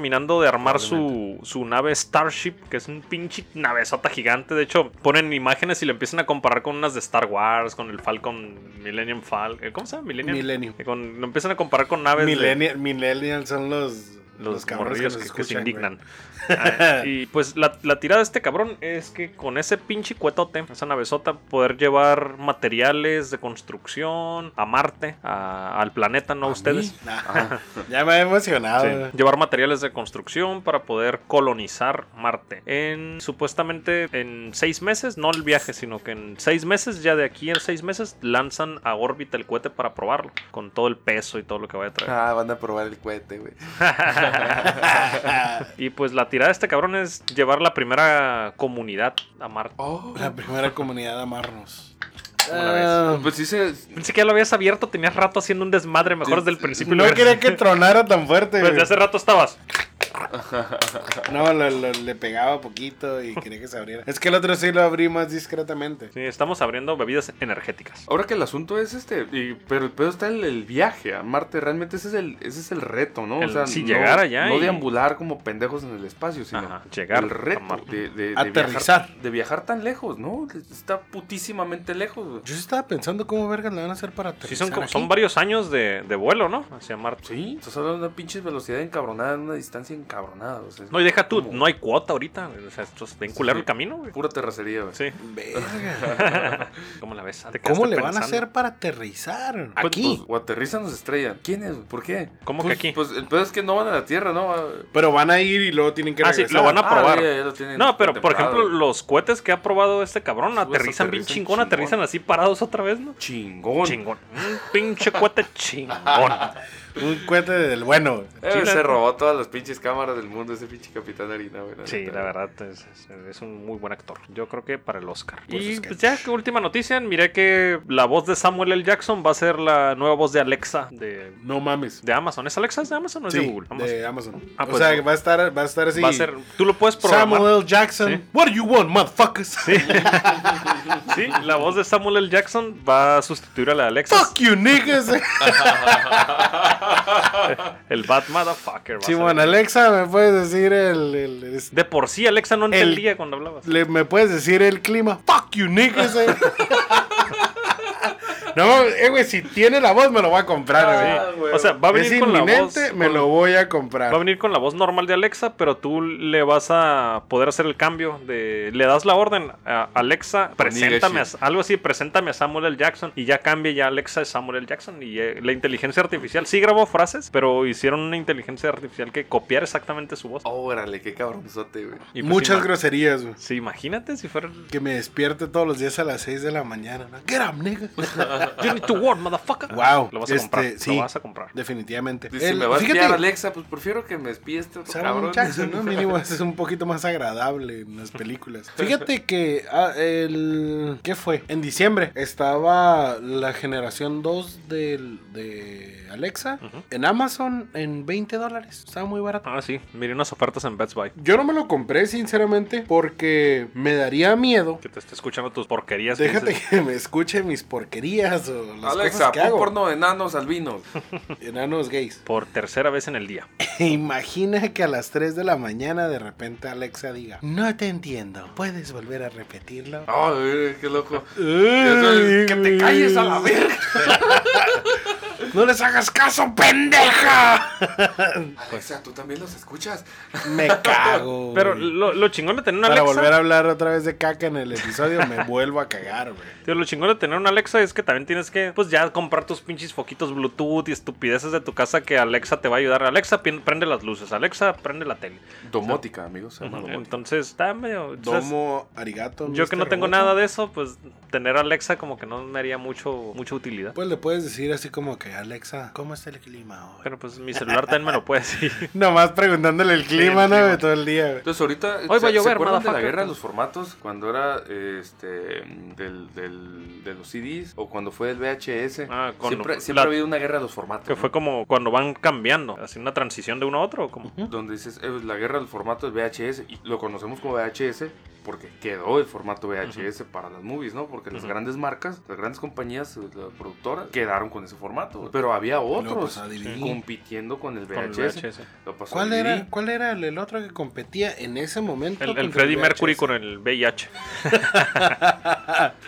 Speaker 3: terminando de armar su, su nave Starship, que es un pinche navezota gigante. De hecho, ponen imágenes y le empiezan a comparar con unas de Star Wars, con el Falcon Millennium Falcon. eh, ¿Cómo se llama? Millennium.
Speaker 4: Millennium.
Speaker 3: Eh, con- lo empiezan a comparar con naves de-
Speaker 4: Millennial, millennials son los,
Speaker 3: los
Speaker 4: cabrones
Speaker 3: morrillos que,
Speaker 4: nos
Speaker 3: que se
Speaker 4: escuchan, güey.
Speaker 3: indignan. Ah, y pues la, la tirada de este cabrón es que con ese pinche cuetote, esa navezota, poder llevar materiales de construcción a Marte, a- al planeta, no a
Speaker 5: ¿A
Speaker 3: ustedes.
Speaker 5: mí?
Speaker 4: Nah,
Speaker 5: Ajá.
Speaker 4: ya me he emocionado.
Speaker 3: Sí.
Speaker 4: güey.
Speaker 3: Llevar materiales de construcción para poder colonizar Marte. En supuestamente en seis meses, no el viaje, sino que en seis meses, ya de aquí en seis meses, lanzan a órbita el cohete para probarlo, con todo el peso y todo lo que vaya a traer.
Speaker 5: Ah, van a probar el cohete, güey.
Speaker 4: Ah.
Speaker 3: Y pues la tirada de este cabrón es llevar la primera comunidad a Marte.
Speaker 5: Oh,
Speaker 4: La primera comunidad a amarnos.
Speaker 3: Una
Speaker 4: Ah,
Speaker 5: pues sí se.
Speaker 3: Pensé que ya lo habías abierto, tenías rato haciendo un desmadre mejor desde el principio.
Speaker 4: no
Speaker 3: Lo hubieras-
Speaker 4: quería que tronara tan fuerte.
Speaker 3: Desde
Speaker 4: güey.
Speaker 3: hace rato estabas.
Speaker 4: No, lo- lo- le pegaba poquito y quería que se abriera. Es que el otro sí lo abrí más discretamente.
Speaker 3: Sí, estamos abriendo bebidas energéticas.
Speaker 5: Ahora que el asunto es este, y- pero el pedo está en el viaje a Marte, realmente ese es el, ese es el reto, ¿no?
Speaker 3: El- si
Speaker 5: no,
Speaker 3: llegar allá
Speaker 5: No
Speaker 3: y-
Speaker 5: deambular como pendejos en el espacio, sino
Speaker 3: Ajá, llegar
Speaker 5: el
Speaker 3: a
Speaker 5: reto
Speaker 3: Marte.
Speaker 5: de, de- de
Speaker 4: Aterrizar.
Speaker 5: Viajar, de viajar tan lejos, ¿no? Está putísimamente lejos. güey.
Speaker 4: Yo sí estaba pensando cómo vergas la van a hacer para
Speaker 3: Sí,
Speaker 4: aterrizar
Speaker 3: son, como-
Speaker 4: aquí.
Speaker 3: son varios años de, de vuelo, ¿no? Hacia Marte.
Speaker 5: Sí, estás hablando de una pinche velocidad encabronada, en una distancia encabronada. o sea,
Speaker 3: No, y deja tú,
Speaker 5: como
Speaker 3: no hay cuota ahorita. güey. O sea, esto es bien culero
Speaker 5: Sí.
Speaker 3: el camino, güey.
Speaker 5: Pura terracería, güey.
Speaker 3: Sí.
Speaker 4: Verga.
Speaker 3: ¿Cómo la ves? Te
Speaker 4: ¿Cómo
Speaker 3: quedaste
Speaker 4: le van a
Speaker 3: pensando. Ah,
Speaker 4: hacer para aterrizar?
Speaker 5: Pues,
Speaker 4: Aquí.
Speaker 5: pues, o aterrizan o se estrellan. ¿Quién es? ¿Por qué?
Speaker 3: ¿Cómo
Speaker 5: Pues-
Speaker 3: que aquí?
Speaker 5: Pues el pedo es que no van a la Tierra, ¿no? Ah,
Speaker 4: Pero van a ir y luego tienen que
Speaker 3: Ah, sí,
Speaker 4: regresar.
Speaker 3: lo van a probar.
Speaker 5: ya- ya lo tienen
Speaker 3: No, pero por
Speaker 5: contemplado.
Speaker 3: ejemplo, los cohetes que ha probado este cabrón
Speaker 5: Pues,
Speaker 3: aterrizan bien
Speaker 5: aterrizan
Speaker 3: chingón,
Speaker 5: chingón.
Speaker 3: aterrizan así parados otra vez, ¿no?
Speaker 5: Chingón.
Speaker 3: Chingón. Un pinche cohete chingón.
Speaker 4: Un cohete del bueno.
Speaker 5: Eh,
Speaker 3: Sí, la-
Speaker 5: se robó todas las pinches cámaras del mundo ese pinche Capitán Harina, güey.
Speaker 3: Sí,
Speaker 5: neta.
Speaker 3: la verdad es, es- es un muy buen actor. Yo creo que para el Oscar.
Speaker 4: Pues
Speaker 3: y
Speaker 4: es que-
Speaker 3: pues ya, que última noticia, miré que la voz de Samuel L. Jackson va a ser la nueva voz de Alexa de,
Speaker 4: No mames.
Speaker 3: de Amazon. ¿Es Alexa? ¿Es de Amazon o es
Speaker 4: Sí,
Speaker 3: de Google? Amazon.
Speaker 4: de Amazon.
Speaker 3: Ah,
Speaker 4: o
Speaker 3: pues,
Speaker 4: sea, va a estar, va a estar así.
Speaker 3: Va a ser. Tú lo puedes programar.
Speaker 4: Samuel Jackson.
Speaker 3: Sí.
Speaker 4: What do you want, motherfuckers?
Speaker 3: Sí, la voz de Samuel L. Jackson va a sustituir a la de Alexa.
Speaker 4: Fuck you, niggas.
Speaker 3: El Bad Motherfucker. va a
Speaker 4: sí,
Speaker 3: ser.
Speaker 4: bueno, Alexa, me puedes decir el, el- el-
Speaker 3: De por sí, Alexa no entendía cuando hablabas.
Speaker 4: le- me puedes decir el clima. Fuck you, niggas. eh. no, eh, güey, si tiene la voz me lo voy a comprar,
Speaker 3: Sí.
Speaker 5: güey.
Speaker 3: O sea, Ah, va a
Speaker 4: Ah, güey. Es
Speaker 3: venir con la voz.
Speaker 4: inminente, me
Speaker 3: con-
Speaker 4: lo voy a comprar.
Speaker 3: Va a venir con la voz normal de Alexa, pero tú le vas a poder hacer el cambio de le das la orden a Alexa, preséntame a, algo así, preséntame a Samuel L. Jackson y ya cambia ya Alexa es Samuel L. Jackson y eh, la inteligencia artificial sí grabó frases, pero hicieron una inteligencia artificial que copiar exactamente su voz. pues
Speaker 5: Órale, qué cabronzote, güey.
Speaker 3: Y pues,
Speaker 4: Muchas
Speaker 3: ima-
Speaker 4: groserías, güey.
Speaker 3: Sí, imagínate si fuera
Speaker 4: Que me despierte todos los días a las 6 de la mañana. ¿no? Get up, nigga.
Speaker 3: You need to work, motherfucker.
Speaker 4: Wow,
Speaker 3: Lo vas a
Speaker 4: este,
Speaker 3: comprar,
Speaker 4: sí.
Speaker 3: lo vas a comprar.
Speaker 4: Definitivamente.
Speaker 5: Dice,
Speaker 4: El-
Speaker 5: me va a
Speaker 4: fíjate,
Speaker 5: espiar Alexa, pues prefiero que me espíe este otro
Speaker 4: Samuel
Speaker 5: cabrón.
Speaker 4: Jackson, ¿no? Mínimo es un poquito más agradable en las películas. Fíjate que ah, el... ¿Qué fue? En diciembre estaba la generación 2 del, de Alexa
Speaker 3: Ujú.
Speaker 4: en Amazon en 20 dólares. Estaba muy barato.
Speaker 3: Ah, sí, miré unas ofertas en Best Buy.
Speaker 4: Yo no me lo compré, sinceramente, porque me daría miedo.
Speaker 3: Que te esté escuchando tus porquerías. que
Speaker 4: Déjate
Speaker 3: dices,
Speaker 4: que me escuche mis porquerías o las
Speaker 5: Alexa,
Speaker 4: cosas que
Speaker 5: pon
Speaker 4: hago.
Speaker 5: porno de enanos albinos.
Speaker 4: Enanos gays.
Speaker 3: Por tercera vez en el día.
Speaker 4: Imagina que a las 3 de la mañana de repente Alexa diga, no te entiendo, ¿puedes volver a repetirlo?
Speaker 5: Ay, güey, qué loco. Ya
Speaker 4: Ay,
Speaker 5: sabes, que te calles a la
Speaker 4: güey.
Speaker 5: verga.
Speaker 4: No les hagas caso, pendeja.
Speaker 5: Alexa, tú Ah, también los escuchas.
Speaker 4: Me cago.
Speaker 3: Pero
Speaker 4: güey.
Speaker 3: lo, lo chingón de tener una
Speaker 4: para
Speaker 3: Alexa.
Speaker 4: volver a hablar otra vez de caca en el episodio me vuelvo a cagar, güey.
Speaker 3: Tío, lo chingón de tener una Alexa es que también tienes que, pues ya comprar tus pinches foquitos Bluetooth y estupideces de tu casa que Alexa te va a ayudar. Alexa, pin- prende las luces. Alexa, prende la tele.
Speaker 5: Domótica, amigos, se llama domótica.
Speaker 3: Entonces, está medio. entonces,
Speaker 4: Ah, Domo, este arigato.
Speaker 3: yo que no
Speaker 4: Mr.
Speaker 3: tengo
Speaker 4: Roboto.
Speaker 3: nada de eso, pues tener Alexa como que no me haría mucho, mucha utilidad.
Speaker 4: Pues le puedes decir así como que Alexa, ¿cómo está el clima hoy?
Speaker 3: Pero pues mi celular también me lo puede decir.
Speaker 4: Nomás preguntándole el clima,
Speaker 3: el
Speaker 4: ¿no?
Speaker 3: clima.
Speaker 4: Todo el día, güey.
Speaker 5: Entonces ahorita
Speaker 3: va a
Speaker 5: ¿se-
Speaker 3: llover,
Speaker 5: ¿se acuerdan de la
Speaker 3: motherfucker?
Speaker 5: guerra de los formatos cuando era eh, este del, del- de los CDs o cuando fue el VHS.
Speaker 3: Ah, con-
Speaker 5: siempre siempre
Speaker 3: la-
Speaker 5: ha habido una guerra de los formatos.
Speaker 3: Que
Speaker 5: ¿no?
Speaker 3: fue como cuando van cambiando, así una transición de uno a otro. Como...
Speaker 5: donde dices eh, pues, la guerra del formato del VHS y lo conocemos como VHS porque quedó el formato VHS para las movies, ¿no? Porque las
Speaker 3: Ujú.
Speaker 5: grandes marcas, las grandes compañías eh, las productoras quedaron con ese formato, güey. pero había otros
Speaker 4: pasó a DVD.
Speaker 5: compitiendo con el
Speaker 3: Con el
Speaker 5: VHS.
Speaker 3: VHS.
Speaker 5: Lo pasó
Speaker 4: ¿Cuál
Speaker 5: a
Speaker 4: era,
Speaker 5: DVD.
Speaker 4: cuál era el, el otro que competía en ese momento?
Speaker 3: El,
Speaker 4: contra
Speaker 3: el Freddie Mercury
Speaker 4: VHS?
Speaker 3: con el VIH.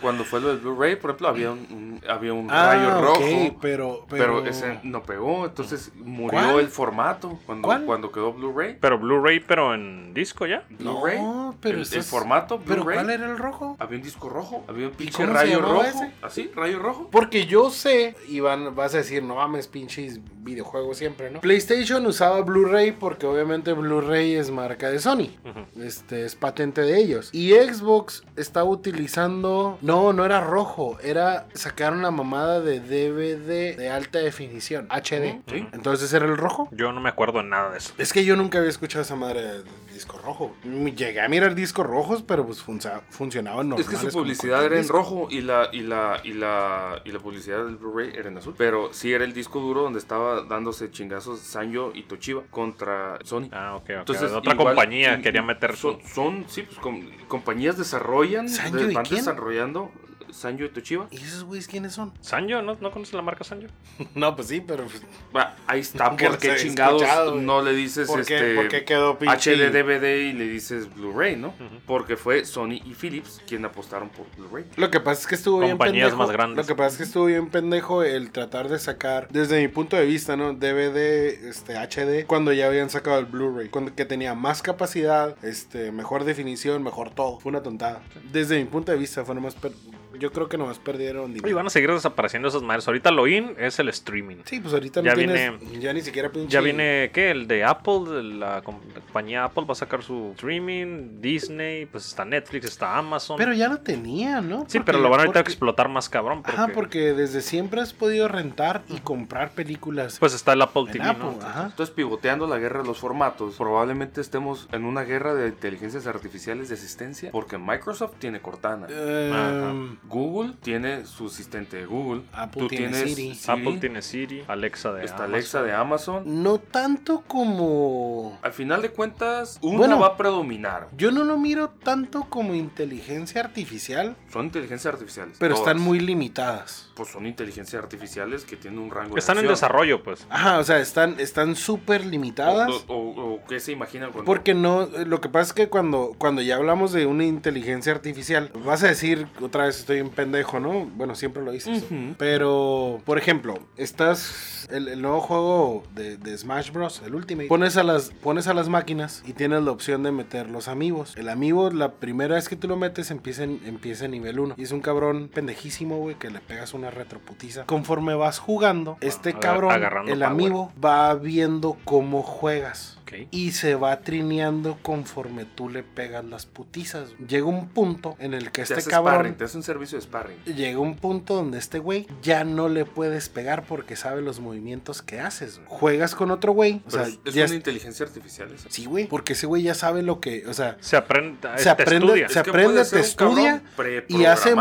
Speaker 5: Cuando fue lo del Blu-ray, por ejemplo, había un, un- había un
Speaker 4: Ah,
Speaker 5: rayo rojo.
Speaker 4: ok, pero,
Speaker 5: Pero,
Speaker 4: pero...
Speaker 5: ese no pegó, entonces murió
Speaker 4: ¿Cuál?
Speaker 5: el formato cuando,
Speaker 4: ¿Cuál?
Speaker 5: cuando quedó Blu-ray.
Speaker 3: Pero Blu-ray, pero en disco ya.
Speaker 5: Blu-ray.
Speaker 4: No, pero
Speaker 5: el,
Speaker 4: eso
Speaker 5: el
Speaker 4: es-
Speaker 5: formato
Speaker 4: ¿Pero
Speaker 5: Blu-ray. Ah.
Speaker 4: cuál era el rojo?
Speaker 5: Había un disco rojo, había un pinche
Speaker 4: cómo se
Speaker 5: rayo
Speaker 4: llamaba
Speaker 5: rojo.
Speaker 4: ese?
Speaker 5: ¿Así? ¿Rayo rojo?
Speaker 4: Porque yo sé, Iván, vas a decir, no mames, pinches videojuegos siempre, ¿no? PlayStation usaba Blu-ray porque obviamente Blu-ray es marca de Sony.
Speaker 3: Ujú.
Speaker 4: Este es patente de ellos. Y Xbox estaba utilizando. No, no era rojo. Era sacar una mamada de DVD de alta definición. HD.
Speaker 5: Sí.
Speaker 4: Entonces era el rojo.
Speaker 3: Yo no me acuerdo de nada de eso.
Speaker 4: Es que yo nunca había escuchado esa madre de disco rojo. Llegué a mirar discos rojos, pero pues funza- funcionaban normales.
Speaker 5: Es que su
Speaker 4: como
Speaker 5: publicidad
Speaker 4: cualquier
Speaker 5: era en
Speaker 4: disco.
Speaker 5: rojo y la, y la, y la, y la publicidad del Blu-ray era en azul. Pero sí era el disco duro donde estaba dándose chingazos Sanyo y Toshiba contra Sony.
Speaker 3: Ah, ok, ok.
Speaker 5: Entonces,
Speaker 3: otra
Speaker 5: igual-
Speaker 3: compañía
Speaker 5: y-
Speaker 3: quería
Speaker 5: y
Speaker 3: meter su.
Speaker 5: Son, son, sí, pues com- compañías desarrollan,
Speaker 4: ¿Sanyo
Speaker 5: de-
Speaker 4: y
Speaker 5: van
Speaker 4: quién?
Speaker 5: desarrollando Sanyo y Toshiba.
Speaker 4: ¿Y esos güeyes quiénes son?
Speaker 3: Sanyo, ¿no, ¿no conoces la marca Sanyo?
Speaker 4: No, pues sí, pero. pues,
Speaker 5: Va, ahí está,
Speaker 4: Nunca los
Speaker 5: porque
Speaker 4: he
Speaker 5: chingados
Speaker 4: escuchado, güey.
Speaker 5: no le dices
Speaker 4: ¿Por qué-
Speaker 5: este
Speaker 4: por qué quedó pinche?
Speaker 5: HD DVD y le dices Blu-ray, ¿no?
Speaker 3: Ujú.
Speaker 5: Porque fue Sony y Philips quien apostaron por Blu-ray.
Speaker 4: Lo que pasa es que estuvo bien
Speaker 3: Compañías
Speaker 4: pendejo.
Speaker 3: más grandes.
Speaker 4: Lo que pasa es que estuvo bien pendejo el tratar de sacar, desde mi punto de vista, ¿no? DVD, este, HD, cuando ya habían sacado el Blu-ray. Cuando que tenía más capacidad, este, mejor definición, mejor todo. Fue una tontada. Desde mi punto de vista, fue nomás per- yo creo que nomás perdieron
Speaker 3: Y
Speaker 4: dinero.
Speaker 3: van a seguir desapareciendo esas madres. Ahorita lo in es el streaming.
Speaker 4: Sí, pues ahorita
Speaker 3: Ya
Speaker 4: no tienes, ya ni siquiera pinche.
Speaker 3: Ya viene, ¿qué? El de Apple, la compañía Apple va a sacar su streaming, Disney, pues está Netflix, está Amazon.
Speaker 4: Pero ya lo tenía, ¿no?
Speaker 3: sí,
Speaker 4: Porque-
Speaker 3: pero lo van ahorita a
Speaker 4: porque-
Speaker 3: explotar más cabrón. Porque,
Speaker 4: Ajá, porque desde siempre has podido rentar y comprar películas.
Speaker 3: Pues está el Apple
Speaker 4: en
Speaker 3: TV,
Speaker 4: Apple,
Speaker 3: ¿no?
Speaker 4: ajá.
Speaker 5: Entonces, pivoteando la guerra de los formatos, probablemente estemos en una guerra de inteligencias artificiales de asistencia, porque Microsoft tiene Cortana.
Speaker 4: Em,
Speaker 5: Google tiene su asistente de Google.
Speaker 4: Apple tiene Siri.
Speaker 3: Apple tiene Siri, Alexa de
Speaker 5: Está
Speaker 3: Amazon.
Speaker 5: Alexa de Amazon.
Speaker 4: No tanto como...
Speaker 5: Al final de cuentas, una
Speaker 4: Bueno.
Speaker 5: va a predominar.
Speaker 4: Yo no lo miro tanto como inteligencia artificial,
Speaker 5: Son inteligencias artificiales.
Speaker 4: pero
Speaker 5: todas.
Speaker 4: están muy limitadas.
Speaker 5: Pues son inteligencias artificiales que tienen un rango
Speaker 3: Están
Speaker 5: de
Speaker 3: en
Speaker 5: acción.
Speaker 3: desarrollo, pues.
Speaker 4: Ajá, o sea, están están súper limitadas.
Speaker 5: O, o- o qué se imaginan cuando...
Speaker 4: Porque no, eh, lo que pasa es que cuando, cuando ya hablamos de una inteligencia artificial, vas a decir, otra vez estoy un pendejo, ¿no? Bueno, siempre lo dices.
Speaker 5: Ujú.
Speaker 4: Pero, por ejemplo, estás el, el nuevo juego de, de Smash Bros, el Ultimate. Pones a, las, pones a las máquinas y tienes la opción de meter los amigos. El amigo, la primera vez que tú lo metes, empieza en, empieza en nivel 1. Y es un cabrón pendejísimo, güey, que le pegas una retroputiza. Conforme vas jugando, este
Speaker 3: aga-
Speaker 4: cabrón,
Speaker 3: agarrando
Speaker 4: el
Speaker 3: power.
Speaker 4: amigo, va viendo cómo juegas.
Speaker 3: Ok.
Speaker 4: Y se va trineando conforme tú le pegas las putizas. Llega un punto en el que este
Speaker 5: Te hace
Speaker 4: cabrón
Speaker 5: sparring, te hace un servicio de sparring.
Speaker 4: llega un punto donde este güey ya no le puedes pegar porque sabe los movimientos que haces. güey. Juegas con otro güey. O
Speaker 5: Pero
Speaker 4: sea,
Speaker 5: es es
Speaker 4: ya
Speaker 5: una
Speaker 4: es-
Speaker 5: inteligencia artificial esa.
Speaker 4: Sí, güey. Porque ese güey ya sabe lo que. O sea,
Speaker 3: Se aprende,
Speaker 4: Se
Speaker 3: se
Speaker 4: aprende-
Speaker 3: estudia.
Speaker 4: se-
Speaker 5: Ah, que
Speaker 4: aprende,
Speaker 5: puede ser
Speaker 4: te
Speaker 5: un cabrón
Speaker 4: estudia y
Speaker 5: preprogramado.
Speaker 4: hace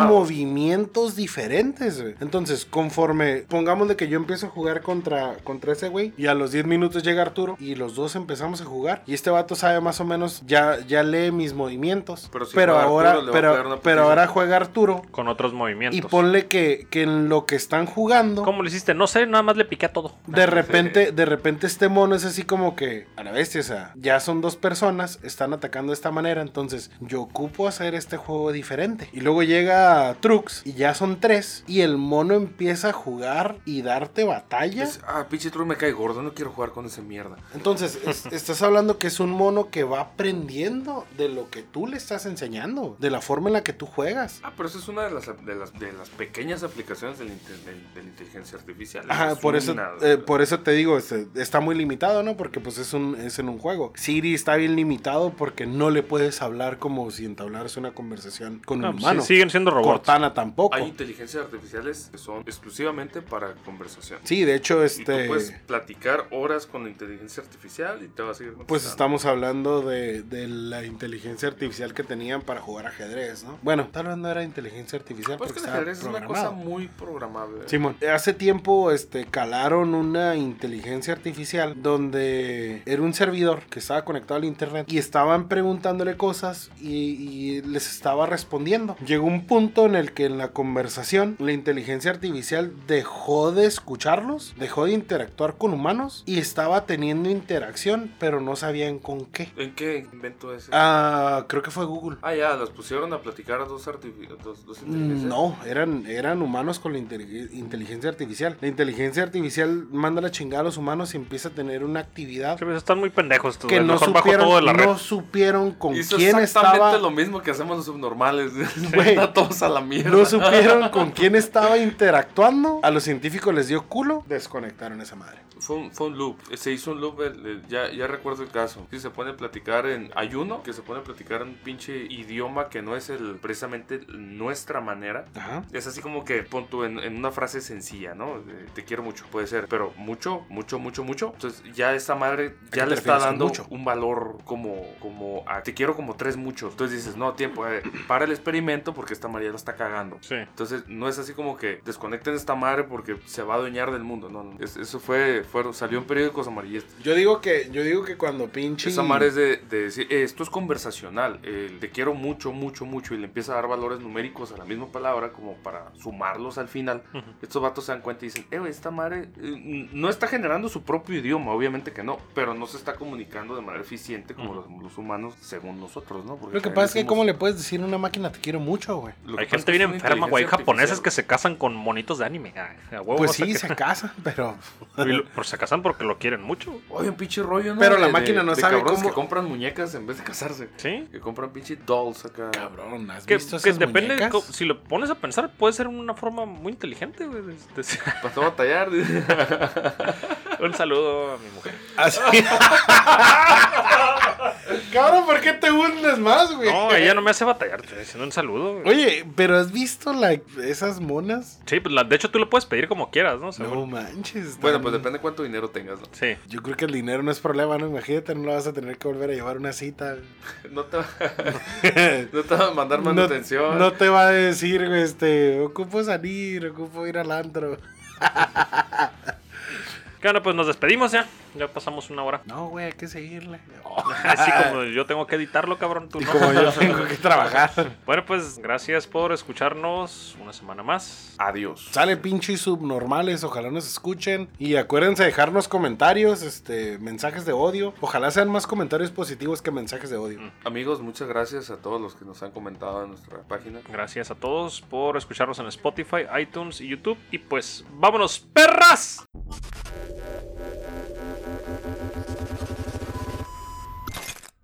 Speaker 4: movimientos diferentes, güey. Entonces, conforme. Pongámosle que yo empiezo a jugar contra, contra ese güey. Y a los 10 minutos llega Arturo. Y los dos empezamos a jugar. Y este vato sabe más o menos. Ya, ya lee mis movimientos. Pero,
Speaker 5: Pero si juega
Speaker 4: ahora.
Speaker 5: Arturo, le va a pegar
Speaker 4: pero,
Speaker 5: una
Speaker 4: pero
Speaker 5: putiza.
Speaker 4: ahora juega Arturo.
Speaker 3: Con otros movimientos.
Speaker 4: Y ponle que, que en lo que están jugando.
Speaker 3: ¿Cómo lo hiciste? No sé, nada más le piqué a todo.
Speaker 4: De repente, de repente este mono es así como que a la bestia, o sea, ya son dos personas, están atacando de esta manera, entonces yo ocupo hacer este juego diferente. Y luego llega Trux y ya son tres y el mono empieza a jugar y darte batalla.
Speaker 5: Es- ah, pinche True me cae gordo, no quiero jugar con esa mierda.
Speaker 4: Entonces, es- Estás hablando que es un mono que va aprendiendo de lo que tú le estás enseñando, de la forma en la que tú juegas.
Speaker 5: Ah, pero esa es una de las, de las, de las pequeñas aplicaciones de la, inte- de- de la inteligencia artificial.
Speaker 4: Ajá,
Speaker 5: Es
Speaker 4: por eso,
Speaker 5: una-
Speaker 4: eh, por eso te digo, este, está muy limitado, ¿no? Porque pues es, un, es en un juego. Siri está bien limitado porque no le puedes hablar como si entablaras una conversación con
Speaker 3: Ah,
Speaker 4: un
Speaker 3: pues
Speaker 4: humano.
Speaker 3: sí, siguen siendo robots.
Speaker 4: Cortana tampoco.
Speaker 5: Hay inteligencias artificiales que son exclusivamente para conversación.
Speaker 4: Sí, de hecho,
Speaker 5: Y
Speaker 4: este...
Speaker 5: tú puedes platicar horas con la inteligencia artificial y te va a seguir
Speaker 4: Pues
Speaker 5: contestando.
Speaker 4: estamos hablando de, de la inteligencia artificial que tenían para jugar ajedrez, ¿no? Bueno, tal vez no era inteligencia artificial
Speaker 5: Pues
Speaker 4: porque
Speaker 5: que el
Speaker 4: estaba
Speaker 5: ajedrez es una cosa
Speaker 4: programado.
Speaker 5: muy programable.
Speaker 4: Simón, hace tiempo este, calaron una inteligencia artificial donde era un servidor que estaba conectado al internet y estaban preguntándole cosas y, y les estaba respondiendo. Llegó un punto en el que en la conversación la inteligencia artificial dejó de escucharlos, dejó de interactuar con humanos y estaba teniendo interacción, pero no sabían con qué.
Speaker 5: ¿En qué invento es? ese?
Speaker 4: Ah, creo que fue Google.
Speaker 5: Ah, ya, las pusieron a platicar a dos, artifi- dos, dos inteligencias.
Speaker 4: Mm, No, eran, eran humanos con la inteli- inteligencia artificial. La inteligencia artificial manda la chingada a los humanos y empieza a tener una actividad
Speaker 3: Que pues, Están muy pendejos. tú,
Speaker 4: que
Speaker 3: güey.
Speaker 4: no
Speaker 3: Mejor bajo todo de la
Speaker 4: supieron,
Speaker 3: red.
Speaker 4: no supieron con
Speaker 5: Hizo
Speaker 4: quién
Speaker 5: exactamente
Speaker 4: estaba.
Speaker 5: lo mismo que hacemos los subnormales.
Speaker 4: Güey.
Speaker 5: Está todos a la mierda.
Speaker 4: No supieron con quién estaba interactuando. A los científicos les dio culo. Desconectaron esa madre.
Speaker 5: Fue un, fue un loop, eh, se hizo un loop, el- el- ya, ya recuerdo el caso. Si se pone a platicar en ayuno, que se pone a platicar en un pinche idioma que no es el precisamente nuestra manera.
Speaker 4: Ajá.
Speaker 5: Es así como que pon tú en, en una frase sencilla, ¿no? Eh, te quiero mucho, puede ser, pero mucho, mucho, mucho, mucho. Entonces ya esta madre
Speaker 4: qué
Speaker 5: ya
Speaker 4: te
Speaker 5: le está
Speaker 4: refieres con
Speaker 5: dando
Speaker 4: mucho?
Speaker 5: un valor como, como a, te quiero como tres muchos. Entonces dices, no, tiempo, eh, para el experimento porque esta María la está cagando.
Speaker 3: Sí.
Speaker 5: Entonces, no es así como que desconecten esta madre porque se va a adueñar del mundo. No, no. Es- eso fue, fueron, salió en periódicos amarillistas.
Speaker 4: Yo digo que, yo digo que cuando pinche.
Speaker 5: Esa madre es de, de decir, "Eh, esto es conversacional, eh, te quiero mucho, mucho, mucho, y le empieza a dar valores numéricos a la misma palabra como para sumarlos al final.
Speaker 3: Ujú.
Speaker 5: Estos vatos se dan cuenta y dicen, eh, güey, esta madre eh, n- no está generando su propio idioma, obviamente que no, pero no se está comunicando de manera eficiente como
Speaker 3: Ujú.
Speaker 5: los, los humanos, según nosotros, ¿no? Porque
Speaker 4: Lo que
Speaker 5: también
Speaker 4: pasa es que,
Speaker 5: somos-
Speaker 4: ¿cómo le puedes decir a una máquina te quiero mucho, güey?
Speaker 5: lo que
Speaker 3: Hay
Speaker 5: pasa es
Speaker 3: gente
Speaker 5: que
Speaker 3: bien
Speaker 5: es una
Speaker 3: enferma, güey. Hay
Speaker 5: inteligencia
Speaker 3: japoneses que
Speaker 5: artificial.
Speaker 3: se casan con monitos de anime. Ay, a huevo,
Speaker 4: Pues
Speaker 3: o sea
Speaker 4: sí,
Speaker 3: que-
Speaker 4: se casan, pero.
Speaker 3: y lo- pero se casan porque lo quieren mucho.
Speaker 5: Oye, un pinche rollo, ¿no?
Speaker 4: Pero la máquina no sabe
Speaker 5: cabrones
Speaker 4: cómo-
Speaker 5: que compran muñecas en vez de casarse.
Speaker 3: Sí.
Speaker 5: Que compran pinche dolls acá.
Speaker 4: Cabrón, ¿has
Speaker 3: Que,
Speaker 4: visto
Speaker 3: que
Speaker 4: esas
Speaker 3: depende,
Speaker 4: muñecas?
Speaker 3: co- si lo pones a pensar, puede ser una forma muy inteligente. güey, de- de-
Speaker 5: Para todo batallar. dice.
Speaker 3: un saludo a mi mujer.
Speaker 4: Así. Cabrón, ¿por qué te hundes más, güey?
Speaker 3: No, ella no me hace batallar, te estoy diciendo un saludo. güey.
Speaker 4: Oye, pero ¿has visto la, esas monas?
Speaker 3: Sí, pues la- de hecho tú lo puedes pedir como quieras, ¿no?
Speaker 4: No
Speaker 3: Según-
Speaker 4: manches. están-
Speaker 5: bueno, pues depende cuánto dinero tengas, ¿no?
Speaker 3: Sí.
Speaker 4: Yo creo que el dinero no es problema, ¿no? Imagínate, no la vas a tener que volver a llevar a una cita.
Speaker 5: No te, va, no te va a mandar
Speaker 4: No-
Speaker 5: manutención.
Speaker 4: No, te va a decir, güey, este, ocupo salir, ocupo ir al antro.
Speaker 3: Que bueno, pues nos despedimos ya. Ya pasamos una hora.
Speaker 4: No, güey, hay que seguirle.
Speaker 3: Así como yo tengo que editarlo, cabrón, tú
Speaker 4: Y
Speaker 3: no.
Speaker 4: como yo tengo que trabajar.
Speaker 3: Bueno, pues gracias por escucharnos una semana más.
Speaker 5: Adiós.
Speaker 4: Sale pinche subnormales, ojalá nos escuchen. Y acuérdense de dejarnos comentarios, este, mensajes de odio. Ojalá sean más comentarios positivos que mensajes de odio.
Speaker 5: Amigos, muchas gracias a todos los que nos han comentado en nuestra página.
Speaker 3: Gracias a todos por escucharnos en Spotify, iTunes y YouTube. Y pues, vámonos, perras.